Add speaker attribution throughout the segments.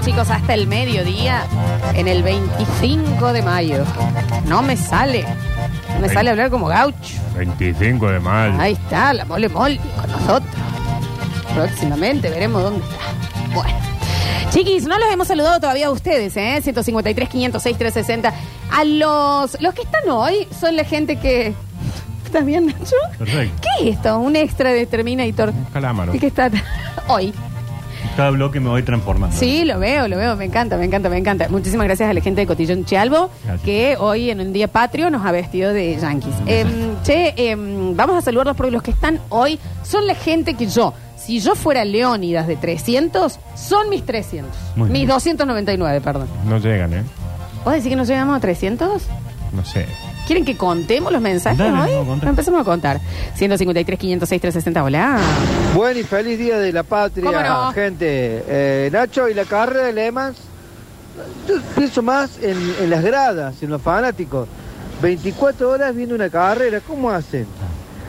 Speaker 1: chicos, hasta el mediodía, en el 25 de mayo. No me sale. No me
Speaker 2: Ven.
Speaker 1: sale hablar como gaucho.
Speaker 2: 25 de mayo.
Speaker 1: Ahí está, la mole mole con nosotros. Próximamente veremos dónde está. Bueno. Chiquis, no los hemos saludado todavía a ustedes, ¿eh? 153, 506, 360. A los, los que están hoy son la gente que... ¿Estás bien, Nacho?
Speaker 2: Perfecto.
Speaker 1: ¿Qué es esto? Un extra de Terminator.
Speaker 2: Calamaro.
Speaker 1: El que está hoy.
Speaker 3: Cada bloque me voy transformando.
Speaker 1: Sí, lo veo, lo veo, me encanta, me encanta, me encanta. Muchísimas gracias a la gente de Cotillón Chialbo,
Speaker 3: Gracias.
Speaker 1: que hoy en un día patrio nos ha vestido de yanquis. Em, che, em, vamos a saludarlos porque los que están hoy son la gente que yo, si yo fuera Leónidas de 300, son mis 300.
Speaker 3: Muy
Speaker 1: mis
Speaker 3: bien.
Speaker 1: 299, perdón.
Speaker 2: No llegan, ¿eh?
Speaker 1: ¿Vos decís que nos llegamos a 300?
Speaker 2: No sé.
Speaker 1: ¿Quieren que contemos los mensajes
Speaker 3: Dale,
Speaker 1: hoy?
Speaker 3: vamos a contar.
Speaker 1: Empecemos a contar. 153, 506, 360, hola.
Speaker 4: Buen y feliz día de la
Speaker 1: ¿Cómo
Speaker 4: patria,
Speaker 1: no?
Speaker 4: gente. Eh, Nacho, y la carrera de Lemans, yo pienso más en, en las gradas, en los fanáticos. 24 horas viendo una carrera, ¿cómo hacen?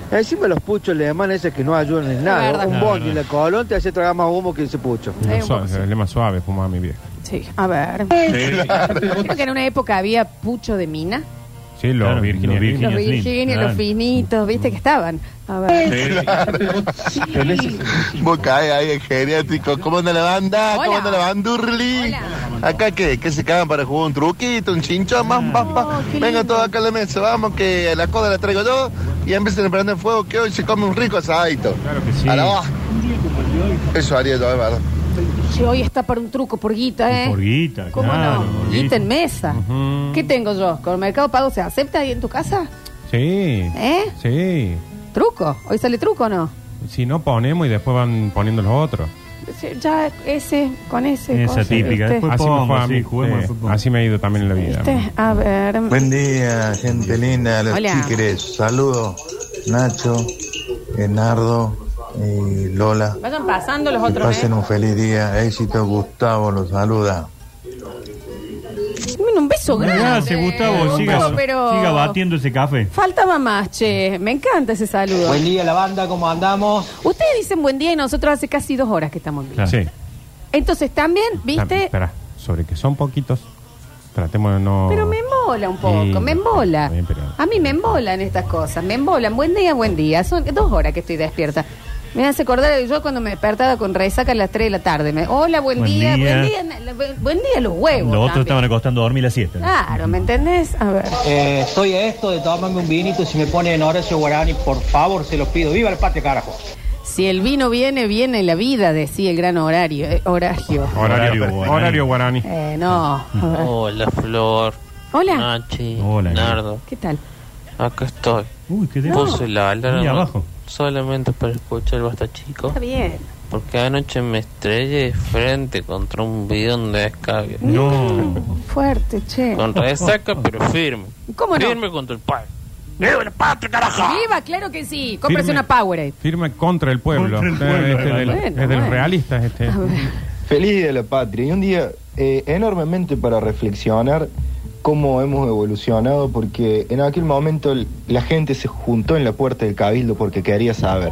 Speaker 4: Encima los puchos alemanes esos que no ayudan en nada.
Speaker 1: verdad.
Speaker 4: Un
Speaker 3: No,
Speaker 4: bondi
Speaker 3: no.
Speaker 4: en la colón te hace tragar más humo que ese pucho.
Speaker 2: No
Speaker 1: Eh, un
Speaker 2: so-
Speaker 1: poco sí.
Speaker 2: es más suave fumaba mi vieja.
Speaker 1: Sí, a ver. Creo que en una época había pucho de mina.
Speaker 2: Sí, los
Speaker 3: Claro,
Speaker 2: Virginia.
Speaker 3: los
Speaker 2: Virginia.
Speaker 1: Los
Speaker 3: Virginia Slim,
Speaker 1: Virginia, los
Speaker 3: claro.
Speaker 1: finitos, viste que estaban. A ver.
Speaker 5: Boca, ahí, ahí, geriátrico. ¿Cómo anda la banda?
Speaker 1: Hola.
Speaker 5: ¿Cómo anda la bandurli? Acá que, que se cagan para jugar un truquito, un chincho, más, más,
Speaker 1: Oh,
Speaker 5: más.
Speaker 1: qué
Speaker 5: Venga
Speaker 1: lindo.
Speaker 5: todos acá a la mesa, vamos que la coda la traigo yo y empiecen a prender fuego que hoy se come un rico asadito.
Speaker 2: Claro que sí.
Speaker 5: A la baja. Eso haría yo, es verdad.
Speaker 1: Che, hoy está para un truco por guita, ¿eh?
Speaker 3: Por guita,
Speaker 1: ¿Cómo
Speaker 3: claro,
Speaker 1: no?
Speaker 3: por
Speaker 1: Guita
Speaker 3: guita.
Speaker 1: en mesa.
Speaker 2: Ujú.
Speaker 1: ¿Qué tengo yo? ¿Con Mercado Pago se acepta ahí en tu casa?
Speaker 2: Sí.
Speaker 1: ¿Eh?
Speaker 2: Sí.
Speaker 1: ¿Truco? ¿Hoy sale truco o no?
Speaker 2: Si no ponemos y después van poniendo los otros.
Speaker 1: Ese- Ya ese, con ese.
Speaker 3: Esa
Speaker 1: cosa,
Speaker 3: típica,
Speaker 1: ¿viste?
Speaker 3: este, después- Fue
Speaker 2: Así me
Speaker 3: pongo,
Speaker 2: fue a
Speaker 3: sí,
Speaker 2: mí.
Speaker 3: juguemos
Speaker 2: Sí.
Speaker 3: al fútbol.
Speaker 2: Así me ha ido también en la vida.
Speaker 1: ¿Viste? A ver.
Speaker 6: Buen día, gente linda, los
Speaker 1: Hola.
Speaker 6: tigres. Saludos, Nacho, Enardo y Lola.
Speaker 1: Vayan pasando los
Speaker 6: Que
Speaker 1: otros, ¿eh?
Speaker 6: pasen un feliz día. Éxito, Gustavo los saluda.
Speaker 1: Bueno, Un beso grande.
Speaker 3: Gracias, Gustavo. Siga,
Speaker 1: pero...
Speaker 3: siga batiendo ese café.
Speaker 1: Faltaba más, che. Me encanta ese saludo.
Speaker 7: Buen día la banda, ¿cómo andamos?
Speaker 1: Ustedes dicen buen día y nosotros hace casi dos horas que estamos en vivo.
Speaker 3: Claro.
Speaker 2: Sí.
Speaker 1: Entonces también,
Speaker 2: Tam-
Speaker 1: ¿viste?
Speaker 2: Espera, sobre que son poquitos, tratemos de no.
Speaker 1: Pero me embola un poco,
Speaker 2: Sí,
Speaker 1: me embola.
Speaker 2: está bien, pero-
Speaker 1: A mí me embolan estas cosas, me embolan. Buen día, buen día. Son dos horas que estoy despierta. Me hace acordar yo cuando me despertaba con resaca a las 3 de la tarde. Me, Hola, buen,
Speaker 3: Buen
Speaker 1: día,
Speaker 3: día.
Speaker 1: buen día. na- bu- Buen día los huevos.
Speaker 3: Los otros estaban
Speaker 1: también.
Speaker 3: acostando a dormir la siesta.
Speaker 1: Claro, ¿me entendés? A ver.
Speaker 7: Eh, estoy a esto de tomarme un vinito si me ponen Horacio Guarani, por favor, se los pido. ¡Viva el patria, carajo!
Speaker 1: Si el vino viene, viene la vida, decía el gran horario. eh, horario.
Speaker 2: Horario,
Speaker 3: Horario guaraní.
Speaker 2: horario guaraní.
Speaker 1: Eh, no. a ver.
Speaker 8: Hola Flor,
Speaker 9: Ah.
Speaker 1: Hola.
Speaker 8: Nachi,
Speaker 3: Hola,
Speaker 8: Nardo,
Speaker 1: ¿Qué tal?
Speaker 8: acá estoy.
Speaker 3: Uy, qué
Speaker 1: No.
Speaker 8: Puse la
Speaker 3: Ahí
Speaker 8: alarma
Speaker 3: abajo.
Speaker 8: solamente para escuchar Basta Chico,
Speaker 1: Está bien.
Speaker 8: porque anoche me estrellé de frente contra un bidón de escabio.
Speaker 3: No.
Speaker 1: Fuerte, che.
Speaker 8: Con resaca, pero firme.
Speaker 1: ¿Cómo no?
Speaker 8: Firme contra el padre. ¡Viva el patria, carajo!
Speaker 1: Viva, claro que sí. Cómprese
Speaker 2: Firme.
Speaker 1: una Powerade.
Speaker 2: Firma contra el pueblo.
Speaker 3: Contra el pueblo,
Speaker 2: Este es del,
Speaker 1: bueno,
Speaker 2: es del
Speaker 1: bueno.
Speaker 2: realista este.
Speaker 10: Feliz Día de la Patria y un día eh, enormemente para reflexionar cómo hemos evolucionado porque en aquel momento el- la gente se juntó en la puerta del cabildo porque quería saber.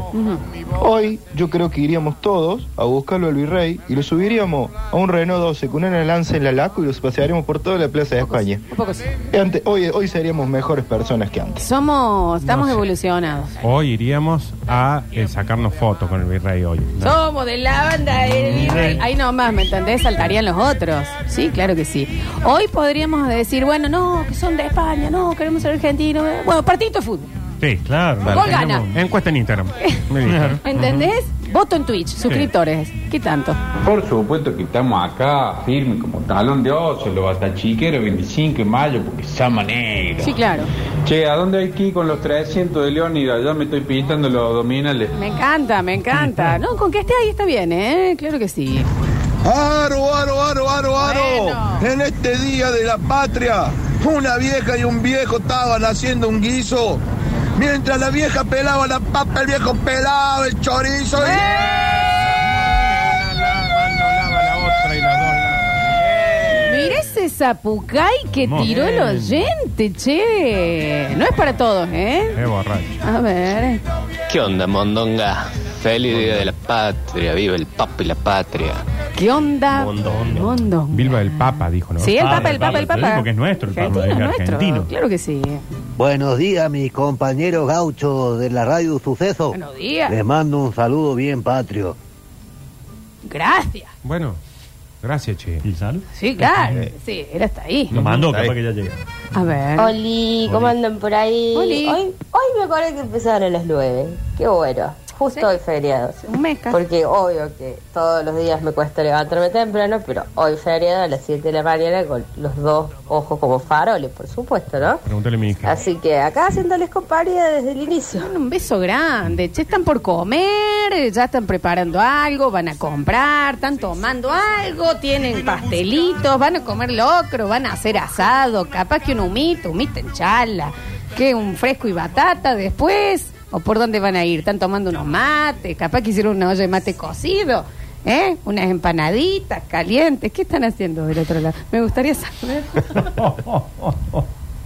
Speaker 10: Hoy yo creo que iríamos todos a buscarlo al virrey y lo subiríamos a un Renault 12 con una lanza en la laco y los pasearíamos por toda la plaza de España.
Speaker 1: Un poco sí.
Speaker 10: Ante- hoy, hoy seríamos mejores personas que antes.
Speaker 1: Somos, estamos evolucionados.
Speaker 2: Hoy iríamos a eh, sacarnos fotos con el virrey hoy.
Speaker 1: Somos de la banda del virrey. Ahí nomás, ¿me entendés? Saltarían los otros. Sí, claro que sí. Hoy podríamos decir, bueno, no, que son de España, no, queremos ser argentinos. eh. Bueno, partidito de fútbol.
Speaker 3: Sí, claro.
Speaker 1: Gol gana.
Speaker 2: Encuesta en Instagram. Me dijeron.
Speaker 1: ¿Me entendés? Voto en Twitch, suscriptores. ¿Qué tanto?
Speaker 11: Por supuesto que estamos acá, firme como talón de oso, lo batachiquero, 25 de mayo, porque sama negra.
Speaker 1: Sí, claro.
Speaker 11: Che, ¿a dónde hay que ir con los 300 de Leónida? Ya me estoy pintando los abdominales.
Speaker 1: Me encanta, me encanta. No, con que esté ahí está bien, ¿eh? Claro que sí.
Speaker 5: Aro, aro, aro, aro, aro.
Speaker 1: Bueno.
Speaker 5: En este día de la patria, una vieja y un viejo estaban haciendo un guiso. Mientras la vieja pelaba la papa, el viejo pelaba el chorizo. y-
Speaker 1: Eh, Mira ese zapucay que
Speaker 3: Hermoso.
Speaker 1: tiró el oyente, che. No es para todos, ¿eh?
Speaker 2: Eh, borracho.
Speaker 1: A ver.
Speaker 8: ¿Qué onda, mondonga? Feliz día de la patria, viva el papo y la patria.
Speaker 1: ¿Qué onda? Mondo.
Speaker 2: Bilba del Papa, dijo, ¿no?
Speaker 1: Sí, el Papa, el Papa, el Papa.
Speaker 2: Porque es nuestro, el Papa, es
Speaker 1: Argentino, nuestro.
Speaker 2: argentino.
Speaker 1: Claro que sí.
Speaker 12: Buenos días, mis compañeros gauchos de la radio Suceso.
Speaker 1: Buenos días.
Speaker 12: Les mando un saludo bien patrio.
Speaker 1: Gracias.
Speaker 2: Bueno, gracias, che.
Speaker 3: ¿Y sal?
Speaker 1: Sí, claro.
Speaker 2: Eh.
Speaker 1: Sí, él está ahí.
Speaker 3: Nos mandó, capaz que ya llega.
Speaker 1: A ver.
Speaker 13: Oli, ¿cómo andan por ahí?
Speaker 1: Oli.
Speaker 13: Hoy, hoy me acuerdo que empezaron a las 9. Qué bueno. Justo hoy feriado.
Speaker 1: Un mes casi.
Speaker 13: Porque obvio que todos los días me cuesta levantarme temprano, pero hoy feriado a las 7 de la mañana con los dos ojos como faroles, por supuesto, ¿no?
Speaker 2: Pregúntale a mi hija.
Speaker 13: Así que acá haciéndoles compañía desde el inicio.
Speaker 1: Un beso grande. Che, están por comer, eh, ya están preparando algo, van a comprar, están tomando algo, tienen pastelitos, van a comer locro, van a hacer asado, capaz que un humito, humito en chala, que un fresco y batata después, o por dónde van a ir, están tomando unos mates, capaz que hicieron una olla de mate cocido. ¿Eh? Unas empanaditas calientes. ¿Qué están haciendo del otro lado? Me gustaría saber.
Speaker 2: Oh,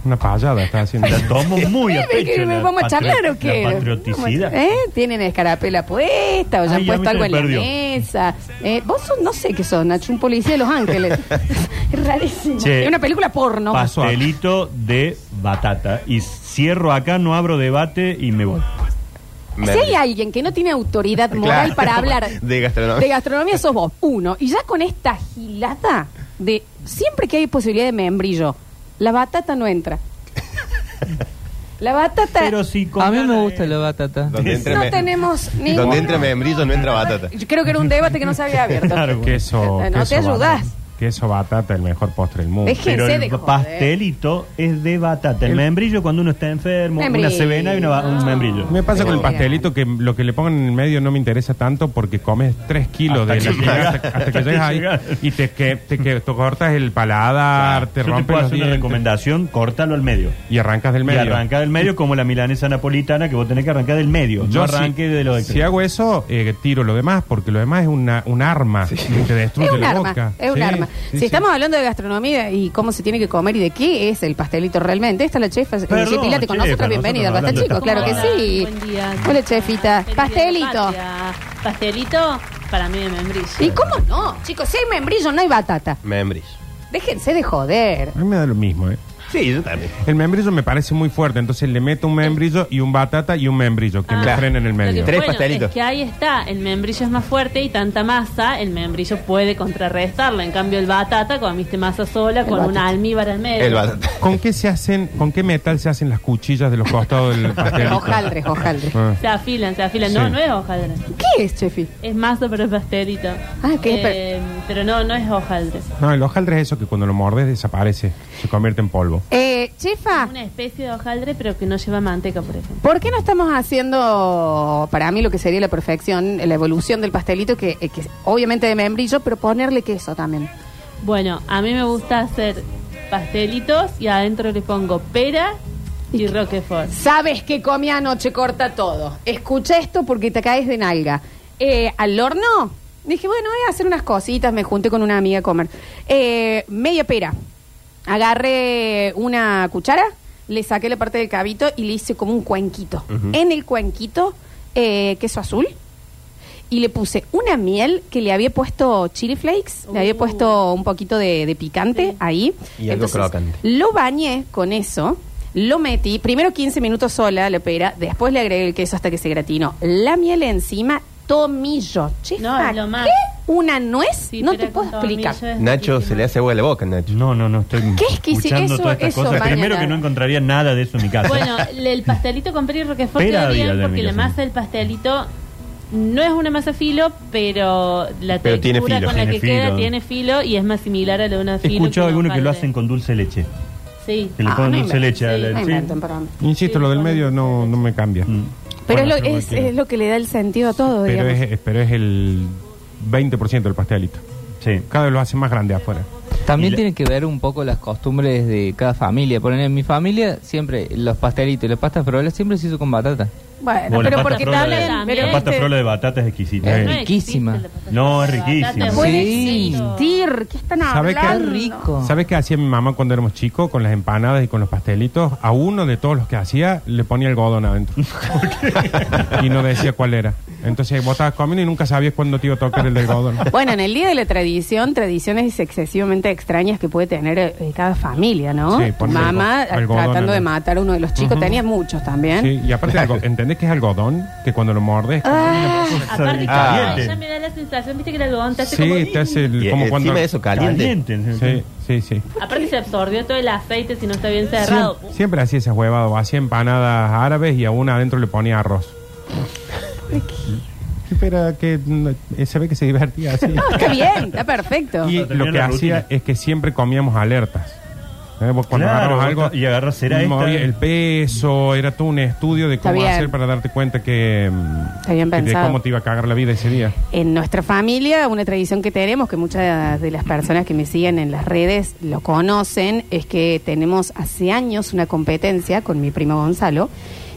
Speaker 2: Una payada está haciendo.
Speaker 3: La tomo muy a
Speaker 1: Eh, ¿me-
Speaker 3: pecho.
Speaker 1: que-
Speaker 3: la
Speaker 1: ¿Vamos a charlar
Speaker 3: patri-
Speaker 1: o qué?
Speaker 3: La patrioticidad.
Speaker 1: ¿Eh? ¿Tienen escarapela puesta o
Speaker 3: Ay,
Speaker 1: ya han
Speaker 3: a
Speaker 1: puesto
Speaker 3: mí se
Speaker 1: algo
Speaker 3: me
Speaker 1: en la
Speaker 3: perdió.
Speaker 1: mesa? Eh, vos sos, no sé qué sos, Nacho, un policía de Los Ángeles. es rarísimo.
Speaker 3: Che.
Speaker 1: Es una película porno.
Speaker 3: Pastelito de batata. Y cierro acá, no abro debate y me voy.
Speaker 1: Si hay alguien que no tiene autoridad
Speaker 14: Claro.
Speaker 1: moral para hablar
Speaker 14: De gastronomía.
Speaker 1: de gastronomía, sos vos. Uno. Y ya con esta gilada de siempre que hay posibilidad de membrillo, la batata no entra. La batata.
Speaker 14: Pero
Speaker 3: si
Speaker 14: A mí me gusta la batata. Donde entre
Speaker 1: no
Speaker 14: me-
Speaker 1: tenemos ni.
Speaker 14: Donde entra membrillo no entra batata.
Speaker 1: Yo creo que era un debate que no se había abierto.
Speaker 2: Claro, pues. queso.
Speaker 1: No te
Speaker 2: queso
Speaker 1: ayudás.
Speaker 2: batata. Queso batata, el mejor postre del mundo.
Speaker 1: Déjense
Speaker 3: Pero
Speaker 1: de
Speaker 3: el
Speaker 1: joder.
Speaker 3: pastelito es de batata. El membrillo cuando uno está enfermo, una
Speaker 1: Membrillo.
Speaker 3: sevena y una ba- un membrillo.
Speaker 2: Me pasa con el pastelito que lo que le pongan en el medio no me interesa tanto porque comes 3 kilos
Speaker 3: Hasta
Speaker 2: de
Speaker 3: que
Speaker 2: lo que
Speaker 3: llegas.
Speaker 2: llegas, hasta, hasta que llegas ahí y te, que, te, que- te cortas el paladar, te
Speaker 3: Yo te
Speaker 2: rompes
Speaker 3: puedo
Speaker 2: los
Speaker 3: hacer una
Speaker 2: dientes.
Speaker 3: recomendación, córtalo al medio.
Speaker 2: Y arrancas del medio.
Speaker 3: Y arranca del medio como la milanesa napolitana que vos tenés que arrancar del medio. no
Speaker 2: si-
Speaker 3: arranque de lo de
Speaker 2: Si hago eso, eh, tiro lo demás, porque lo demás es una, un arma que te destruye
Speaker 1: Es un
Speaker 2: la
Speaker 1: arma,
Speaker 2: boca.
Speaker 1: es un
Speaker 2: Sí,
Speaker 1: arma.
Speaker 2: sí,
Speaker 1: si
Speaker 2: sí.
Speaker 1: estamos hablando de gastronomía y cómo se tiene que comer y de qué es el pastelito realmente, esta es la eh, chefa
Speaker 9: Perdón,
Speaker 1: Lucía Pilate con
Speaker 9: chefa,
Speaker 1: nosotros, bienvenida,
Speaker 9: nosotros
Speaker 1: basta chicos,
Speaker 9: hablando
Speaker 1: claro
Speaker 9: de
Speaker 1: que
Speaker 9: esta
Speaker 1: sí.
Speaker 9: Hola, buen día.
Speaker 1: Hola chefita, pastelito.
Speaker 9: Patria. Pastelito para mí de membrillo.
Speaker 1: ¿Y cómo no? Chicos, si hay membrillo no hay batata.
Speaker 14: Membrillo.
Speaker 1: Déjense de joder.
Speaker 2: A mí me da lo mismo, ¿eh?
Speaker 14: Sí, yo también.
Speaker 2: El membrillo me parece muy fuerte, entonces le meto un membrillo y un batata y un membrillo que
Speaker 9: Ah.
Speaker 2: me
Speaker 9: Claro.
Speaker 2: frenen en el
Speaker 9: Lo que-
Speaker 2: medio.
Speaker 9: bueno, Es que ahí está, el membrillo es más fuerte y tanta masa, el membrillo puede contrarrestarla. En cambio, el batata comiste masa sola con
Speaker 2: batata.
Speaker 9: un almíbar al medio.
Speaker 2: El batata. ¿Con qué se hacen, con qué metal se hacen las cuchillas de los costados del pastelito?
Speaker 9: Hojaldres,
Speaker 1: hojaldres.
Speaker 2: Ah.
Speaker 9: Se afilan, se afilan.
Speaker 2: Sí.
Speaker 9: No, no es hojaldre.
Speaker 1: ¿Qué es, chefi?
Speaker 9: Es masa, pero es pastelito. Ah,
Speaker 1: ¿qué?
Speaker 9: pero no, no es hojaldre.
Speaker 2: No, el hojaldre es eso que cuando lo mordes desaparece, se convierte en polvo.
Speaker 1: Eh, chefa.
Speaker 9: Una especie de hojaldre, pero que no lleva manteca, por ejemplo.
Speaker 1: ¿Por qué no estamos haciendo, para mí, lo que sería la perfección, la evolución del pastelito, que, eh, que es obviamente de membrillo, pero ponerle queso también?
Speaker 9: Bueno, a mí me gusta hacer pastelitos y adentro le pongo pera y roquefort.
Speaker 1: Sabes que comí anoche, corta todo. Escucha esto porque te caes de nalga. Eh, al horno, dije, bueno, voy a hacer unas cositas, me junté con una amiga a comer. Eh, media pera. Agarré una cuchara, le saqué la parte del cabito y le hice como un cuenquito.
Speaker 15: Ujú.
Speaker 1: En el cuenquito, eh, queso azul. Y le puse una miel que le había puesto chili flakes, le había
Speaker 9: Uh.
Speaker 1: puesto un poquito de, de picante ahí.
Speaker 14: Y algo crocante.
Speaker 1: Lo bañé con eso, lo metí, primero 15 minutos sola la pera, después le agregué el queso hasta que se gratinó. La miel encima, tomillo. Chefa,
Speaker 9: No, es lo más.
Speaker 1: ¿qué? ¿Una nuez? no te puedo explicar.
Speaker 14: Nacho se le hace agua a la boca, Nacho.
Speaker 3: No, no, no, estoy
Speaker 1: ¿Qué es que hice?
Speaker 3: escuchando
Speaker 1: Eso-
Speaker 3: todas estas
Speaker 1: eso
Speaker 3: cosas.
Speaker 1: mañana.
Speaker 3: Primero que no encontraría nada de eso en mi casa.
Speaker 9: Bueno, le- el pastelito con pera y roquefort
Speaker 3: Pera
Speaker 9: queda
Speaker 3: había
Speaker 9: bien
Speaker 3: de
Speaker 9: porque la
Speaker 3: Miguel Ángel.
Speaker 9: masa del pastelito no es una masa filo, pero la
Speaker 3: Pero tiene
Speaker 9: textura
Speaker 3: filo.
Speaker 9: con la
Speaker 3: Tiene
Speaker 9: que queda
Speaker 3: filo.
Speaker 9: tiene filo y es más similar a la de una
Speaker 3: He
Speaker 9: filo.
Speaker 3: escuchado
Speaker 9: una
Speaker 3: algunos que lo
Speaker 9: hojaldre.
Speaker 3: hacen con dulce de leche.
Speaker 9: Sí. Ah,
Speaker 3: Que le ponen dulce de leche Mm. a la
Speaker 1: Ah, No
Speaker 3: sí.
Speaker 1: inventen, para mí.
Speaker 2: Insisto, lo del medio no, no me cambia.
Speaker 1: Pero
Speaker 2: Bueno,
Speaker 1: es, lo,
Speaker 2: yo
Speaker 1: es,
Speaker 2: quiero.
Speaker 1: es lo que le da el sentido a todo,
Speaker 2: Pero
Speaker 1: digamos.
Speaker 2: es, es- pero es el 20% del pastelito.
Speaker 3: Sí.
Speaker 2: Cada vez lo hace más grande afuera.
Speaker 14: Y
Speaker 15: También
Speaker 14: la-
Speaker 15: tiene que ver un poco las costumbres de cada familia. Por ejemplo, en mi familia siempre los pastelitos y las pastas frolas siempre se hizo con batata.
Speaker 1: Bueno,
Speaker 3: Vos, la pasta
Speaker 1: pero porque este te
Speaker 3: frola de-
Speaker 1: hablan.
Speaker 3: La pasta
Speaker 9: este
Speaker 3: frola de batata es exquisita.
Speaker 2: Es
Speaker 15: riquísima.
Speaker 3: No, es riquísima.
Speaker 1: Puede existir. ¿Qué están
Speaker 2: ¿Sabe
Speaker 1: hablando?
Speaker 2: qué? ¿Sabes qué hacía mi mamá cuando éramos chicos con las empanadas y con los pastelitos? A uno de todos los que hacía le ponía algodón adentro. y no decía cuál era. Entonces vos estabas comiendo y nunca sabías cuándo te iba a tocar el del algodón.
Speaker 1: Bueno, en el día de la tradición, tradiciones excesivamente extrañas que puede tener eh, cada familia, ¿no?
Speaker 2: Sí, ponle
Speaker 1: Mamá
Speaker 2: algo- algodón
Speaker 1: tratando
Speaker 2: en
Speaker 1: de
Speaker 2: el-
Speaker 1: matar a uno de los chicos,
Speaker 2: Ujú.
Speaker 1: tenía muchos también.
Speaker 2: Sí, y aparte, algo- ¿entendés que es algodón? Que cuando lo mordes.
Speaker 9: Ah,
Speaker 2: cosa
Speaker 9: aparte,
Speaker 2: de-
Speaker 9: ah,
Speaker 2: caliente.
Speaker 9: ya me da la sensación, viste que el algodón te hace como...
Speaker 2: Sí, te hace el-
Speaker 14: Y
Speaker 2: como
Speaker 14: encima
Speaker 2: cuando.
Speaker 14: de eso, caliente.
Speaker 2: Sí, sí, sí.
Speaker 9: Aparte se absorbió todo el aceite si no está bien cerrado.
Speaker 2: Siempre, siempre hacía esas huevadas. Hacía empanadas árabes y a una adentro le ponía arroz. Espera, que mm, eh, se ve que se divertía así.
Speaker 1: Está bien, está perfecto.
Speaker 2: Y lo que
Speaker 3: la
Speaker 2: hacía es que siempre comíamos alertas. ¿Eh? Vos Cuando
Speaker 3: Claro,
Speaker 2: agarrabas
Speaker 3: vos
Speaker 2: algo
Speaker 3: y agarras, ¿era esta?
Speaker 2: movía el peso, era todo un estudio de
Speaker 1: Está
Speaker 2: cómo
Speaker 1: bien.
Speaker 2: hacer para darte cuenta que, mm,
Speaker 1: Está bien
Speaker 2: que de
Speaker 1: pensado.
Speaker 2: cómo te iba a cagar la vida ese día.
Speaker 1: En nuestra familia, una tradición que tenemos, que muchas de las personas que me siguen en las redes lo conocen, es que tenemos hace años una competencia con mi primo Gonzalo,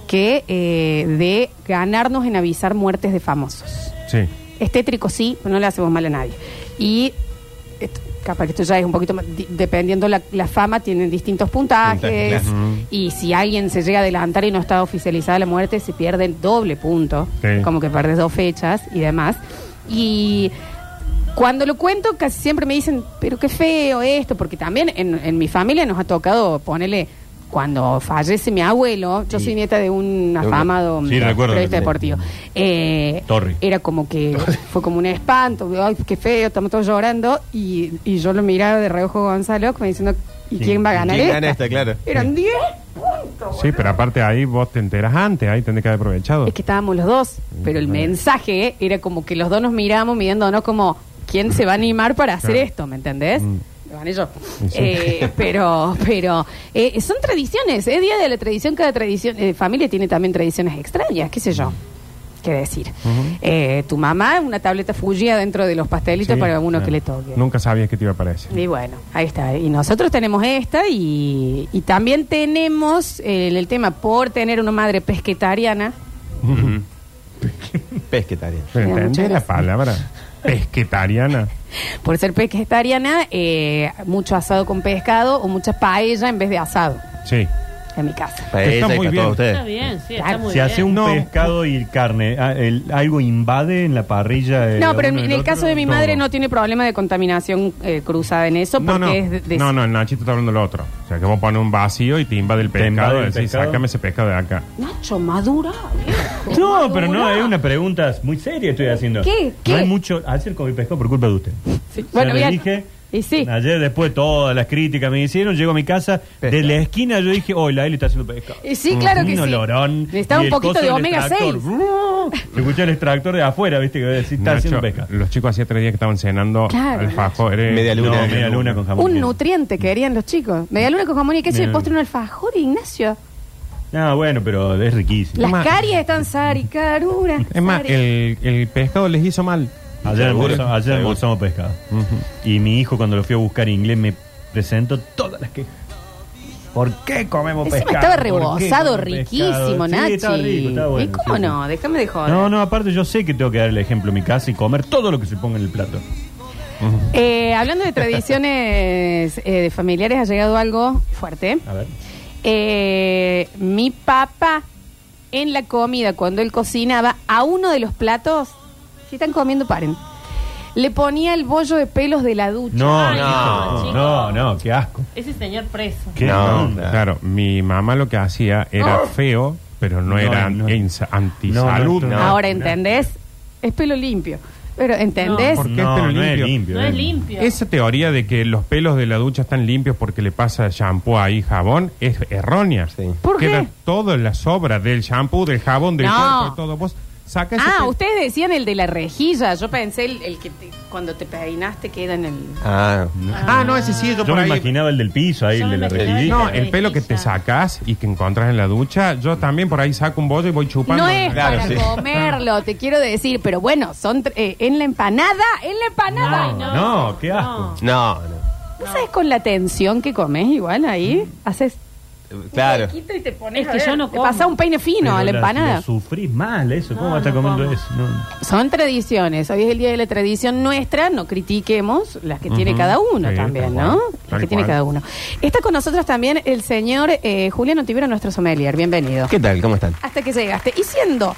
Speaker 1: que eh, de ganarnos en avisar muertes de famosos.
Speaker 2: Sí.
Speaker 1: Es tétrico, sí, pero no le hacemos mal a nadie. Y esto- capaz que esto ya es un poquito más, di- dependiendo la, la fama, tienen distintos puntajes.
Speaker 2: Puntaje, claro. Mm.
Speaker 1: Y si alguien se llega a adelantar y no está oficializada la muerte, se pierde el doble punto.
Speaker 2: Sí.
Speaker 1: Como que perdes dos fechas y demás. Y cuando lo cuento, casi siempre me dicen, pero qué feo esto, porque también en, en mi familia nos ha tocado ponerle. Cuando fallece mi abuelo, yo soy nieta de un
Speaker 3: De un-
Speaker 1: afamado
Speaker 3: Sí, recuerdo.
Speaker 1: periodista deportivo. Eh,
Speaker 3: Torri.
Speaker 1: Era como que fue como un espanto, ay, qué feo, estamos todos llorando. Y, y yo lo miraba de reojo a Gonzalo, como diciendo, ¿y quién va a ganar
Speaker 14: ¿Quién
Speaker 1: esta?
Speaker 14: gana esta, claro?
Speaker 1: Eran 10.
Speaker 2: Sí, pero aparte ahí vos te enteras antes, ahí tenés que haber aprovechado.
Speaker 1: Es que estábamos los dos, pero el mensaje era como que los dos nos miramos mirándonos como, ¿quién se va a animar para hacer
Speaker 2: Claro.
Speaker 1: esto? ¿Me entendés? Lo gané yo.
Speaker 2: Y sí.
Speaker 1: Eh, pero, pero, eh, son tradiciones, es día de la tradición, cada tradición, eh, familia tiene también tradiciones extrañas, qué sé yo, qué decir. Eh, tu mamá, una tableta fugía dentro de los pastelitos
Speaker 2: Sí,
Speaker 1: para uno
Speaker 2: claro.
Speaker 1: que le toque.
Speaker 2: Nunca sabías que te iba a aparecer.
Speaker 1: Y bueno, ahí está. Y nosotros tenemos esta y, y también tenemos eh, el, tema por tener una madre pesquetariana.
Speaker 14: Pesquetaria.
Speaker 2: Pero
Speaker 1: Mira, muchas
Speaker 2: ¿Entendés la
Speaker 1: gracias.
Speaker 2: palabra? Pesquetariana.
Speaker 1: Por ser pesquetariana, eh, mucho asado con pescado o mucha paella en vez de asado
Speaker 2: Sí.
Speaker 1: en mi casa.
Speaker 14: Paella
Speaker 3: Está muy
Speaker 14: para
Speaker 3: bien.
Speaker 14: todos ustedes.
Speaker 9: Está bien, sí, está
Speaker 1: Claro.
Speaker 9: muy
Speaker 3: Se
Speaker 9: bien.
Speaker 3: hace un
Speaker 2: No.
Speaker 3: pescado y carne. Ah, el- algo invade en la parrilla. el
Speaker 1: No, pero en,
Speaker 3: uno y
Speaker 1: en el
Speaker 3: otro,
Speaker 1: caso de mi
Speaker 3: todo.
Speaker 1: madre no tiene problema de contaminación eh, cruzada en eso porque
Speaker 2: No, no.
Speaker 1: es de, de-
Speaker 2: no, no, el Nachito está hablando del otro. O sea, que vos pones un vacío y te invade el
Speaker 3: Te invade
Speaker 2: pescado.
Speaker 3: el
Speaker 2: y decís,
Speaker 3: pescado.
Speaker 2: sácame ese pescado de acá.
Speaker 1: Nacho, madura. viejo,
Speaker 3: No, pero no,
Speaker 1: madura.
Speaker 3: es una pregunta muy seria estoy haciendo.
Speaker 1: ¿Qué? ¿Qué?
Speaker 3: No hay mucho hacer con mi pescado por culpa de usted.
Speaker 1: Sí.
Speaker 3: Se
Speaker 1: Bueno,
Speaker 3: lo
Speaker 1: bien.
Speaker 3: dije.
Speaker 1: Y sí.
Speaker 3: Ayer, después de todas las críticas que me hicieron, llego a mi casa, de la esquina yo dije, oh, la Eli está haciendo pescado.
Speaker 1: Y sí, claro que
Speaker 3: Un
Speaker 1: sí.
Speaker 3: olorón. Y
Speaker 1: Necesitaba un
Speaker 3: el
Speaker 1: poquito
Speaker 3: coso
Speaker 1: de
Speaker 3: del
Speaker 1: omega
Speaker 3: extractor,
Speaker 1: 6.
Speaker 3: Se escucha el extractor de afuera, viste, que decís, está
Speaker 2: Nacho,
Speaker 3: haciendo pescado.
Speaker 2: los chicos hacía tres días que estaban cenando
Speaker 1: Claro.
Speaker 2: alfajor. eh,
Speaker 14: Media luna.
Speaker 3: No, media luna con jamón.
Speaker 1: Un nutriente que querían los chicos. Media luna con jamón y queso y
Speaker 3: Media
Speaker 1: postre un alfajor, Ignacio.
Speaker 3: No, bueno, pero es riquísimo.
Speaker 1: Las
Speaker 2: más-
Speaker 1: caries están saricarura.
Speaker 2: Es más, el, el pescado les hizo mal.
Speaker 3: Ayer
Speaker 14: Seguro,
Speaker 3: almorzamos, ayer
Speaker 14: seguro.
Speaker 3: almorzamos pescado. Y mi hijo, cuando lo fui a buscar en inglés, me presentó todas las quejas. ¿Por qué comemos
Speaker 1: Encima
Speaker 3: pescado?
Speaker 1: estaba
Speaker 3: ¿Por qué
Speaker 1: rebozado,
Speaker 3: comemos
Speaker 1: riquísimo,
Speaker 3: pescado? Sí,
Speaker 1: Nachi.
Speaker 3: estaba rico, estaba
Speaker 1: ¿Y
Speaker 3: bueno,
Speaker 1: cómo
Speaker 3: sí, sí.
Speaker 1: no? Déjame de joder.
Speaker 3: No, no, aparte yo sé que tengo que dar el ejemplo en mi casa y comer todo lo que se ponga en el plato.
Speaker 1: Eh, hablando de tradiciones eh, de familiares, ha llegado algo fuerte.
Speaker 3: A ver.
Speaker 1: Eh, mi papá, en la comida, cuando él cocinaba, a uno de los platos, si están comiendo, paren, le ponía el bollo de pelos de la ducha.
Speaker 3: No,
Speaker 9: Ay, no,
Speaker 3: no,
Speaker 9: chico.
Speaker 3: no, no, qué asco.
Speaker 9: Ese señor preso.
Speaker 3: Qué
Speaker 2: No,
Speaker 3: onda.
Speaker 2: claro. Mi mamá lo que hacía
Speaker 1: Oh.
Speaker 2: era feo, pero no,
Speaker 3: No,
Speaker 2: era
Speaker 3: no.
Speaker 2: anti- antisalud.
Speaker 3: No, no, no.
Speaker 1: Ahora, ¿entendés? Es pelo limpio. Pero, ¿entendés?
Speaker 2: ¿Por qué
Speaker 3: No,
Speaker 2: es pelo
Speaker 3: no es
Speaker 2: limpio?
Speaker 3: limpio. eh.
Speaker 9: No es limpio.
Speaker 2: Esa teoría de que los pelos de la ducha están limpios porque le pasa shampoo ahí jabón es errónea.
Speaker 1: ¿Por qué?
Speaker 2: Queda todo en la sobra del shampoo, del jabón, del
Speaker 1: No.
Speaker 2: cuerpo, de todo. Vos saca ese
Speaker 3: este.
Speaker 1: Ah,
Speaker 2: pelo.
Speaker 1: ustedes decían el de la rejilla. Yo pensé el, el que te- cuando te peinaste queda en el.
Speaker 14: Ah,
Speaker 2: Ah, no, ese sí, yo,
Speaker 3: Yo
Speaker 2: por
Speaker 3: me
Speaker 2: ahí-
Speaker 3: imaginaba el del piso ahí,
Speaker 9: Yo
Speaker 3: el
Speaker 9: me
Speaker 3: de la
Speaker 9: imaginaba
Speaker 3: rejillita.
Speaker 2: No, el pelo que te sacás y que encontrás en la ducha, yo también por ahí saco un bollo y voy chupando.
Speaker 1: No es
Speaker 14: Claro,
Speaker 1: para
Speaker 14: sí.
Speaker 1: comerlo, te quiero decir, pero bueno, son tre- eh, en la empanada, en la empanada.
Speaker 9: Ay, no,
Speaker 3: No, qué asco.
Speaker 14: no, no.
Speaker 1: ¿No sabes con la tensión que comes igual ahí? Haces.
Speaker 14: Claro.
Speaker 1: Quito y te pones
Speaker 9: Es
Speaker 1: a
Speaker 9: que
Speaker 1: ver,
Speaker 9: yo no
Speaker 1: le
Speaker 9: como.
Speaker 1: pasás un peine fino a la empanada.
Speaker 3: sufrís mal eso. ¿Cómo vas a estar comiendo eso? No.
Speaker 1: Son tradiciones. Hoy es el día de la tradición nuestra. No critiquemos las que tiene
Speaker 3: Ujú.
Speaker 1: cada uno
Speaker 3: Sí,
Speaker 1: también,
Speaker 3: tal cual,
Speaker 1: ¿no?
Speaker 3: tal
Speaker 1: Las que tiene
Speaker 3: cual.
Speaker 1: cada uno. Está con nosotros también el señor eh, Julián Otivero, nuestro sommelier. Bienvenido.
Speaker 14: ¿Qué tal? ¿Cómo están?
Speaker 1: Hasta que llegaste. Y siendo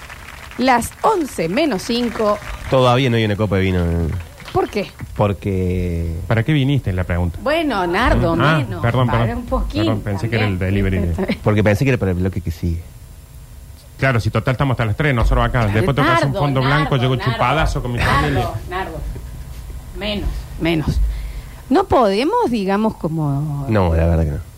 Speaker 1: las 11 menos 5,
Speaker 14: Todavía no hay una copa de vino. eh,
Speaker 1: ¿por qué?
Speaker 14: Porque.
Speaker 2: ¿Para qué viniste? Es la pregunta.
Speaker 1: Bueno, Nardo,
Speaker 2: Ah,
Speaker 1: menos.
Speaker 2: perdón,
Speaker 1: Para
Speaker 2: perdón.
Speaker 1: un poquito.
Speaker 2: Perdón, pensé que era el delivery. de-
Speaker 14: Porque pensé que era para el bloque que sigue.
Speaker 2: Claro, si total estamos hasta las 3, nosotros acá. Después tocas un
Speaker 1: Nardo,
Speaker 2: fondo
Speaker 1: Nardo,
Speaker 2: blanco, llego
Speaker 1: Nardo.
Speaker 2: chupadazo con mi familia.
Speaker 1: Nardo, Nardo. Menos, menos. No podemos, digamos, como
Speaker 14: No, la verdad que no.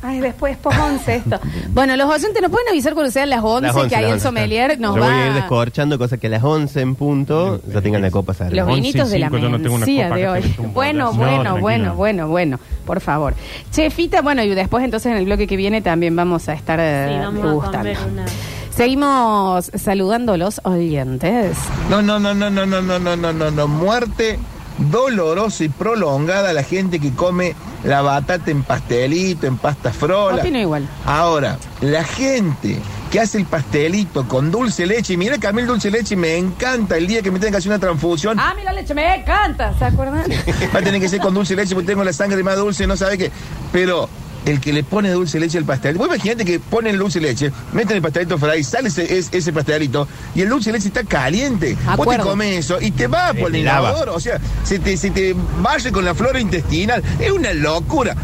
Speaker 1: Ay, después post 11 esto. bueno, los oyentes nos pueden avisar cuando sean las 11,
Speaker 14: Las 11,
Speaker 1: que ahí
Speaker 14: las
Speaker 1: el
Speaker 14: 11.
Speaker 1: sommelier nos
Speaker 14: Yo voy a ir
Speaker 1: va.
Speaker 14: descorchando cosas que a las 11 en punto ya tengan la copa servida.
Speaker 1: Los vinitos de la
Speaker 14: yo no tengo una
Speaker 1: mercía
Speaker 14: copa
Speaker 1: de
Speaker 14: que
Speaker 1: hoy.
Speaker 14: te meta un
Speaker 1: Bueno,
Speaker 14: bolazo. No,
Speaker 1: bueno,
Speaker 14: tranquila.
Speaker 1: bueno, bueno, bueno. Por favor. Chefita, bueno, y después entonces en el bloque que viene también vamos a estar eh,
Speaker 9: Sí, vamos a
Speaker 1: degustando.
Speaker 9: comer una-
Speaker 1: Seguimos saludando a los oyentes.
Speaker 5: No, no, no, no, no, no, no, no, no, no, no. Muerte dolorosa y prolongada a la gente que come la batata en pastelito, en pasta frola.
Speaker 1: Opino igual.
Speaker 5: Ahora, la gente que hace el pastelito con dulce leche, y mira que a mí el dulce leche me encanta el día que me tenga que hacer una transfusión.
Speaker 1: Ah, mira, leche, me encanta, ¿se acuerdan?
Speaker 5: Va a tener Ah, que ser con dulce leche porque tengo la sangre más dulce, no sabe qué. Pero el que le pone dulce leche al pastel, vos imagínate que ponen dulce leche, meten el pastelito fray, sale ese, es- ese pastelito y el dulce leche está caliente. Vos te
Speaker 1: Acuerdo.
Speaker 5: comes eso y te va por el
Speaker 14: Eh, lava.
Speaker 5: inodoro, o sea, se te, se te vaya con la flora intestinal. Es una locura.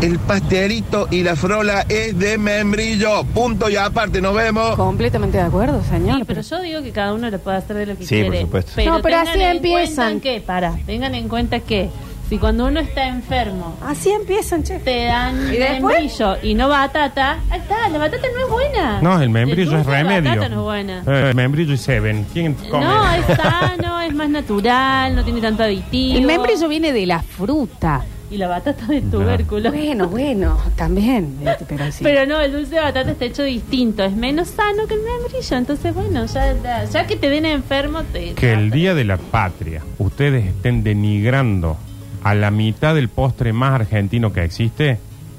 Speaker 5: El pastelito y la frola es de membrillo. Punto y aparte, nos vemos.
Speaker 1: Completamente de acuerdo, señor.
Speaker 9: Pero yo digo que cada uno le puede hacer de lo que
Speaker 5: Sí, por
Speaker 9: quiere.
Speaker 5: supuesto.
Speaker 9: Pero
Speaker 1: No, pero
Speaker 9: tengan
Speaker 1: así
Speaker 9: en
Speaker 1: empiezan.
Speaker 9: cuenta que, para, tengan en cuenta que si cuando uno está enfermo
Speaker 1: Así empiezan, che.
Speaker 9: te dan
Speaker 1: ¿Y después?
Speaker 9: membrillo y no batata, ahí está, la batata no es buena.
Speaker 2: No, el membrillo
Speaker 9: dulce
Speaker 2: es
Speaker 9: de
Speaker 2: remedio.
Speaker 9: batata no es buena.
Speaker 2: Eh, el membrillo y seven. ¿Quién come?
Speaker 9: No, es sano, es más natural, no tiene tanto aditivo.
Speaker 1: El membrillo viene de la fruta.
Speaker 9: Y la batata de tubérculo.
Speaker 1: Bueno, bueno, también. este, Pero sí.
Speaker 9: Pero no, el dulce de batata está hecho distinto, es menos sano que el membrillo. Entonces, bueno, ya, ya que te den enfermo, te.
Speaker 2: Que el día de la patria ustedes estén denigrando a la mitad del postre más argentino que existe,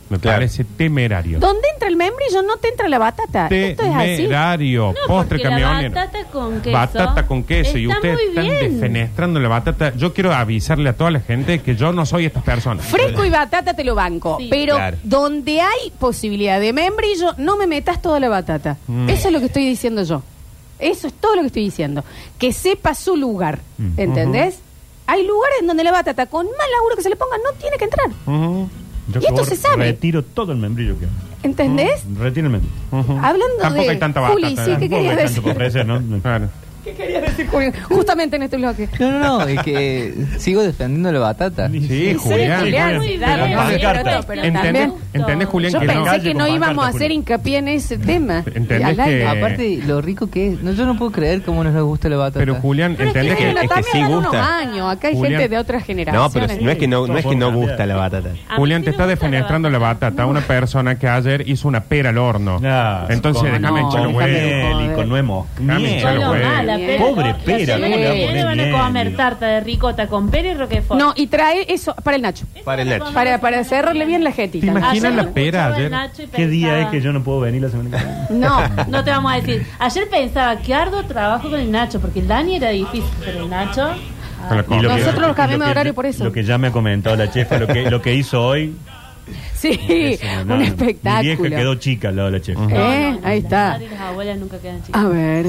Speaker 2: me parece temerario.
Speaker 1: ¿Dónde entra el membrillo? No te entra la batata. Esto es así.
Speaker 2: Temerario, postre
Speaker 9: porque la
Speaker 2: camionero.
Speaker 9: batata con queso
Speaker 2: Batata con queso y
Speaker 9: está
Speaker 2: ustedes
Speaker 9: muy
Speaker 2: están
Speaker 9: bien.
Speaker 2: defenestrando la batata. Yo quiero avisarle a toda la gente que yo no soy estas personas.
Speaker 1: Fresco y batata te lo banco. Pero
Speaker 2: Claro.
Speaker 1: donde hay posibilidad de membrillo, no me metas toda la batata.
Speaker 2: Mm.
Speaker 1: Eso es lo que estoy diciendo yo. Eso es todo lo que estoy diciendo. Que sepa su lugar.
Speaker 2: Mm.
Speaker 1: ¿Entendés? Hay lugares en donde la batata, con más laburo que se le ponga, no tiene que entrar.
Speaker 2: Ujú.
Speaker 3: Yo
Speaker 1: Y esto
Speaker 3: cobro-
Speaker 1: se sabe.
Speaker 3: Retiro todo el membrillo que
Speaker 1: ¿Entendés?
Speaker 2: Mm.
Speaker 3: Retiro el membrillo.
Speaker 1: Hablando
Speaker 3: Tampoco
Speaker 1: de-
Speaker 3: hay tanta batata.
Speaker 1: Juli, sí, ¿qué
Speaker 3: Tampoco
Speaker 1: querías
Speaker 3: hay tanto
Speaker 1: decir?
Speaker 3: para ofrecer, ¿no?
Speaker 2: Claro.
Speaker 1: ¿Qué querías decir, Julio? Justamente en este bloque.
Speaker 15: No, no, no, es que sigo defendiendo la batata.
Speaker 2: Sí, ah, Julián.
Speaker 1: Julián, sí, dale,
Speaker 2: Pero
Speaker 1: sí,
Speaker 2: pancarta.
Speaker 1: pero no, pero
Speaker 2: ¿Entendés-
Speaker 1: también-
Speaker 2: ¿Entendés, Julián,
Speaker 1: Yo
Speaker 2: que no?
Speaker 1: pensé que no íbamos a hacer hincapié en ese tema.
Speaker 2: ¿Entendés
Speaker 1: Al aire.
Speaker 2: que-
Speaker 15: Aparte, lo rico que es. No, yo no puedo creer cómo no les gusta la batata.
Speaker 2: Pero Julián,
Speaker 1: Pero
Speaker 2: ¿entendés que,
Speaker 1: bueno,
Speaker 2: es que
Speaker 1: también
Speaker 2: sí
Speaker 1: van unos
Speaker 2: gusta?
Speaker 1: años. Acá hay
Speaker 2: Julián.
Speaker 1: gente de otras generaciones.
Speaker 14: No, pero no es que no, no, es que no gusta la batata.
Speaker 2: Julián, te está defenestrando la batata a una persona que ayer hizo una pera al horno. Entonces,
Speaker 3: con-
Speaker 2: déjame
Speaker 3: no,
Speaker 2: echarle
Speaker 3: con
Speaker 2: huevo.
Speaker 3: miel y con nuevo.
Speaker 2: Déjame echarle
Speaker 9: Con lo
Speaker 2: huevo.
Speaker 9: mala, pero-
Speaker 3: Pobre
Speaker 9: Los
Speaker 3: pera,
Speaker 9: señores
Speaker 3: ¿cómo le va a
Speaker 9: que vienen
Speaker 3: poner
Speaker 9: van a comer
Speaker 3: miel?
Speaker 9: tarta de ricota con pera y roquefort.
Speaker 1: No, y trae eso para el Nacho.
Speaker 14: Para el Nacho.
Speaker 1: Para, para cerrarle bien la jetita.
Speaker 3: ¿Te imaginas
Speaker 9: Ayer
Speaker 3: la pera
Speaker 9: escuchaba
Speaker 3: ayer?
Speaker 9: Nacho y
Speaker 3: ¿Qué día es
Speaker 9: pensaba-
Speaker 3: que yo no puedo venir la semana que viene?
Speaker 1: No.
Speaker 9: No te vamos a decir. Ayer pensaba que arduo trabajo con el Nacho, porque el Dani era difícil, pero el Nacho.
Speaker 3: Y lo que-
Speaker 1: Nosotros
Speaker 3: lo
Speaker 1: nos cambiamos
Speaker 3: que-
Speaker 1: de horario por eso.
Speaker 3: Lo que ya me ha comentado la chefa, lo que, lo que hizo hoy.
Speaker 1: Sí,
Speaker 3: no, no,
Speaker 1: un
Speaker 3: no. Mi
Speaker 1: espectáculo.
Speaker 3: vieja quedó chica al lado de la chefa.
Speaker 1: ¿Eh? Ahí está.
Speaker 9: Nadie y las abuelas nunca quedan chicas.
Speaker 1: A ver.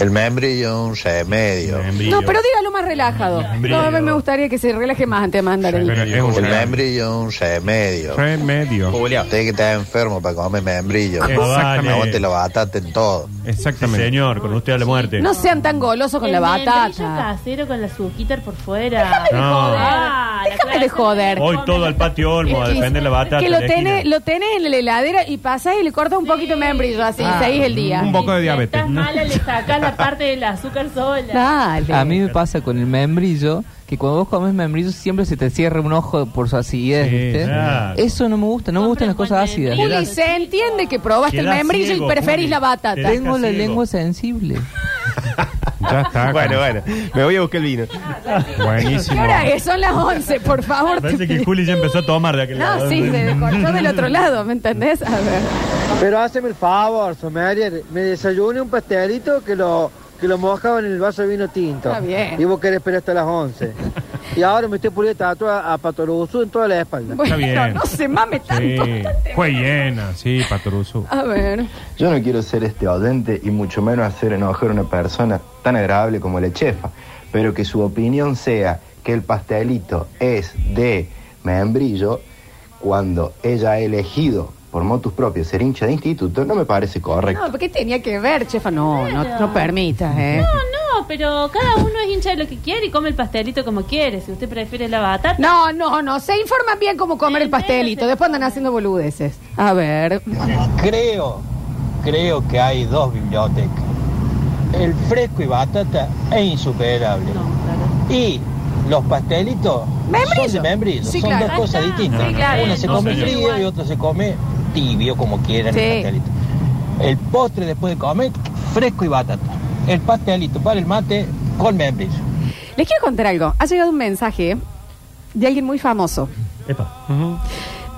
Speaker 6: El membrillo es un remedio.
Speaker 1: No, pero dígalo más relajado.
Speaker 6: Membrillo.
Speaker 1: No, a mí me gustaría que se relaje más antes de mandar el.
Speaker 2: es un
Speaker 6: el
Speaker 2: remedio.
Speaker 6: membrillo es un remedio.
Speaker 2: Remedio.
Speaker 6: Usted que está enfermo para comer
Speaker 5: Ah,
Speaker 6: membrillo.
Speaker 3: Exactamente.
Speaker 2: Eh.
Speaker 6: Aguante la batata en todo.
Speaker 2: Exactamente.
Speaker 3: señor, con usted a la muerte.
Speaker 1: No sean tan golosos con
Speaker 9: El
Speaker 1: la
Speaker 9: membrillo
Speaker 1: batata.
Speaker 9: casero con la azúcar por fuera.
Speaker 1: Déjame de
Speaker 3: No.
Speaker 1: joder.
Speaker 9: Ah, la
Speaker 1: Déjame de joder.
Speaker 3: Hoy todo al patio Olmo a defender la batata.
Speaker 1: Que lo
Speaker 3: de la
Speaker 1: tenés,
Speaker 3: esquina.
Speaker 1: lo tenés en la heladera y pasás y le cortas un poquito de membrillo, así,
Speaker 2: Ah,
Speaker 1: seguís el día.
Speaker 2: Un poco de diabetes.
Speaker 9: Estás mala, le sacás la parte del azúcar sola.
Speaker 1: Dale.
Speaker 15: A mí me pasa con el membrillo que cuando vos comes membrillo siempre se te cierra un ojo por su acidez,
Speaker 2: Sí,
Speaker 15: ¿viste?
Speaker 2: claro.
Speaker 15: Eso no me gusta, no me gustan las cosas ácidas.
Speaker 1: Juli, se entiende que probaste el
Speaker 15: Quedás
Speaker 1: membrillo
Speaker 15: ciego,
Speaker 1: y preferís
Speaker 15: Juli.
Speaker 1: la batata.
Speaker 15: Tengo la lengua sensible.
Speaker 2: Ya está.
Speaker 14: Bueno, bueno. Me voy a buscar el vino.
Speaker 1: ¿Qué hora es? Son las 11, por favor.
Speaker 3: Parece que Juli ya empezó a tomar de aquel lado.
Speaker 1: No, sí, se
Speaker 2: Mm.
Speaker 1: descorchó del otro lado, ¿me entendés? A ver.
Speaker 4: Pero hazme el favor, Sommelier. Me desayune un pastelito que lo, que lo mojaban en el vaso de vino tinto.
Speaker 1: Está bien.
Speaker 4: Y vos querés esperar hasta las 11. y ahora me estoy puliendo tatua a Patoruzú en toda la espalda.
Speaker 1: Bueno,
Speaker 2: bien.
Speaker 1: no se mame tanto.
Speaker 2: Sí. Fue llena, sí, Patoruso.
Speaker 1: A ver.
Speaker 10: Yo no quiero ser este oyente y mucho menos hacer enojar a una persona tan agradable como la chefa, pero que su opinión sea que el pastelito es de membrillo cuando ella ha elegido por motus propios ser hincha de instituto, no me parece correcto.
Speaker 1: No, ¿por qué tenía que ver, chefa? No, no, no permitas, ¿eh?
Speaker 9: No, no, pero cada uno es hincha de lo que quiere y come el pastelito como quiere. Si usted prefiere la batata.
Speaker 1: No, no, no. Se informan bien cómo comer el pastelito. Después andan haciendo boludeces. A ver.
Speaker 7: Creo, creo que hay dos bibliotecas. El fresco y batata es insuperable. Y los pastelitos son de
Speaker 1: Membrillo.
Speaker 7: membrillo.
Speaker 1: Sí,
Speaker 7: son
Speaker 1: claro.
Speaker 7: dos cosas
Speaker 1: Ah,
Speaker 7: distintas.
Speaker 1: sí, claro.
Speaker 7: Una se
Speaker 1: No,
Speaker 7: come
Speaker 1: señor.
Speaker 7: frío y otra se come tibio, como quieran
Speaker 1: Sí.
Speaker 7: el pastelito. El postre después de comer, fresco y batata. El pastelito para el mate con membrillo.
Speaker 1: Les quiero contar algo. Ha llegado un mensaje de alguien muy famoso.
Speaker 3: Epa.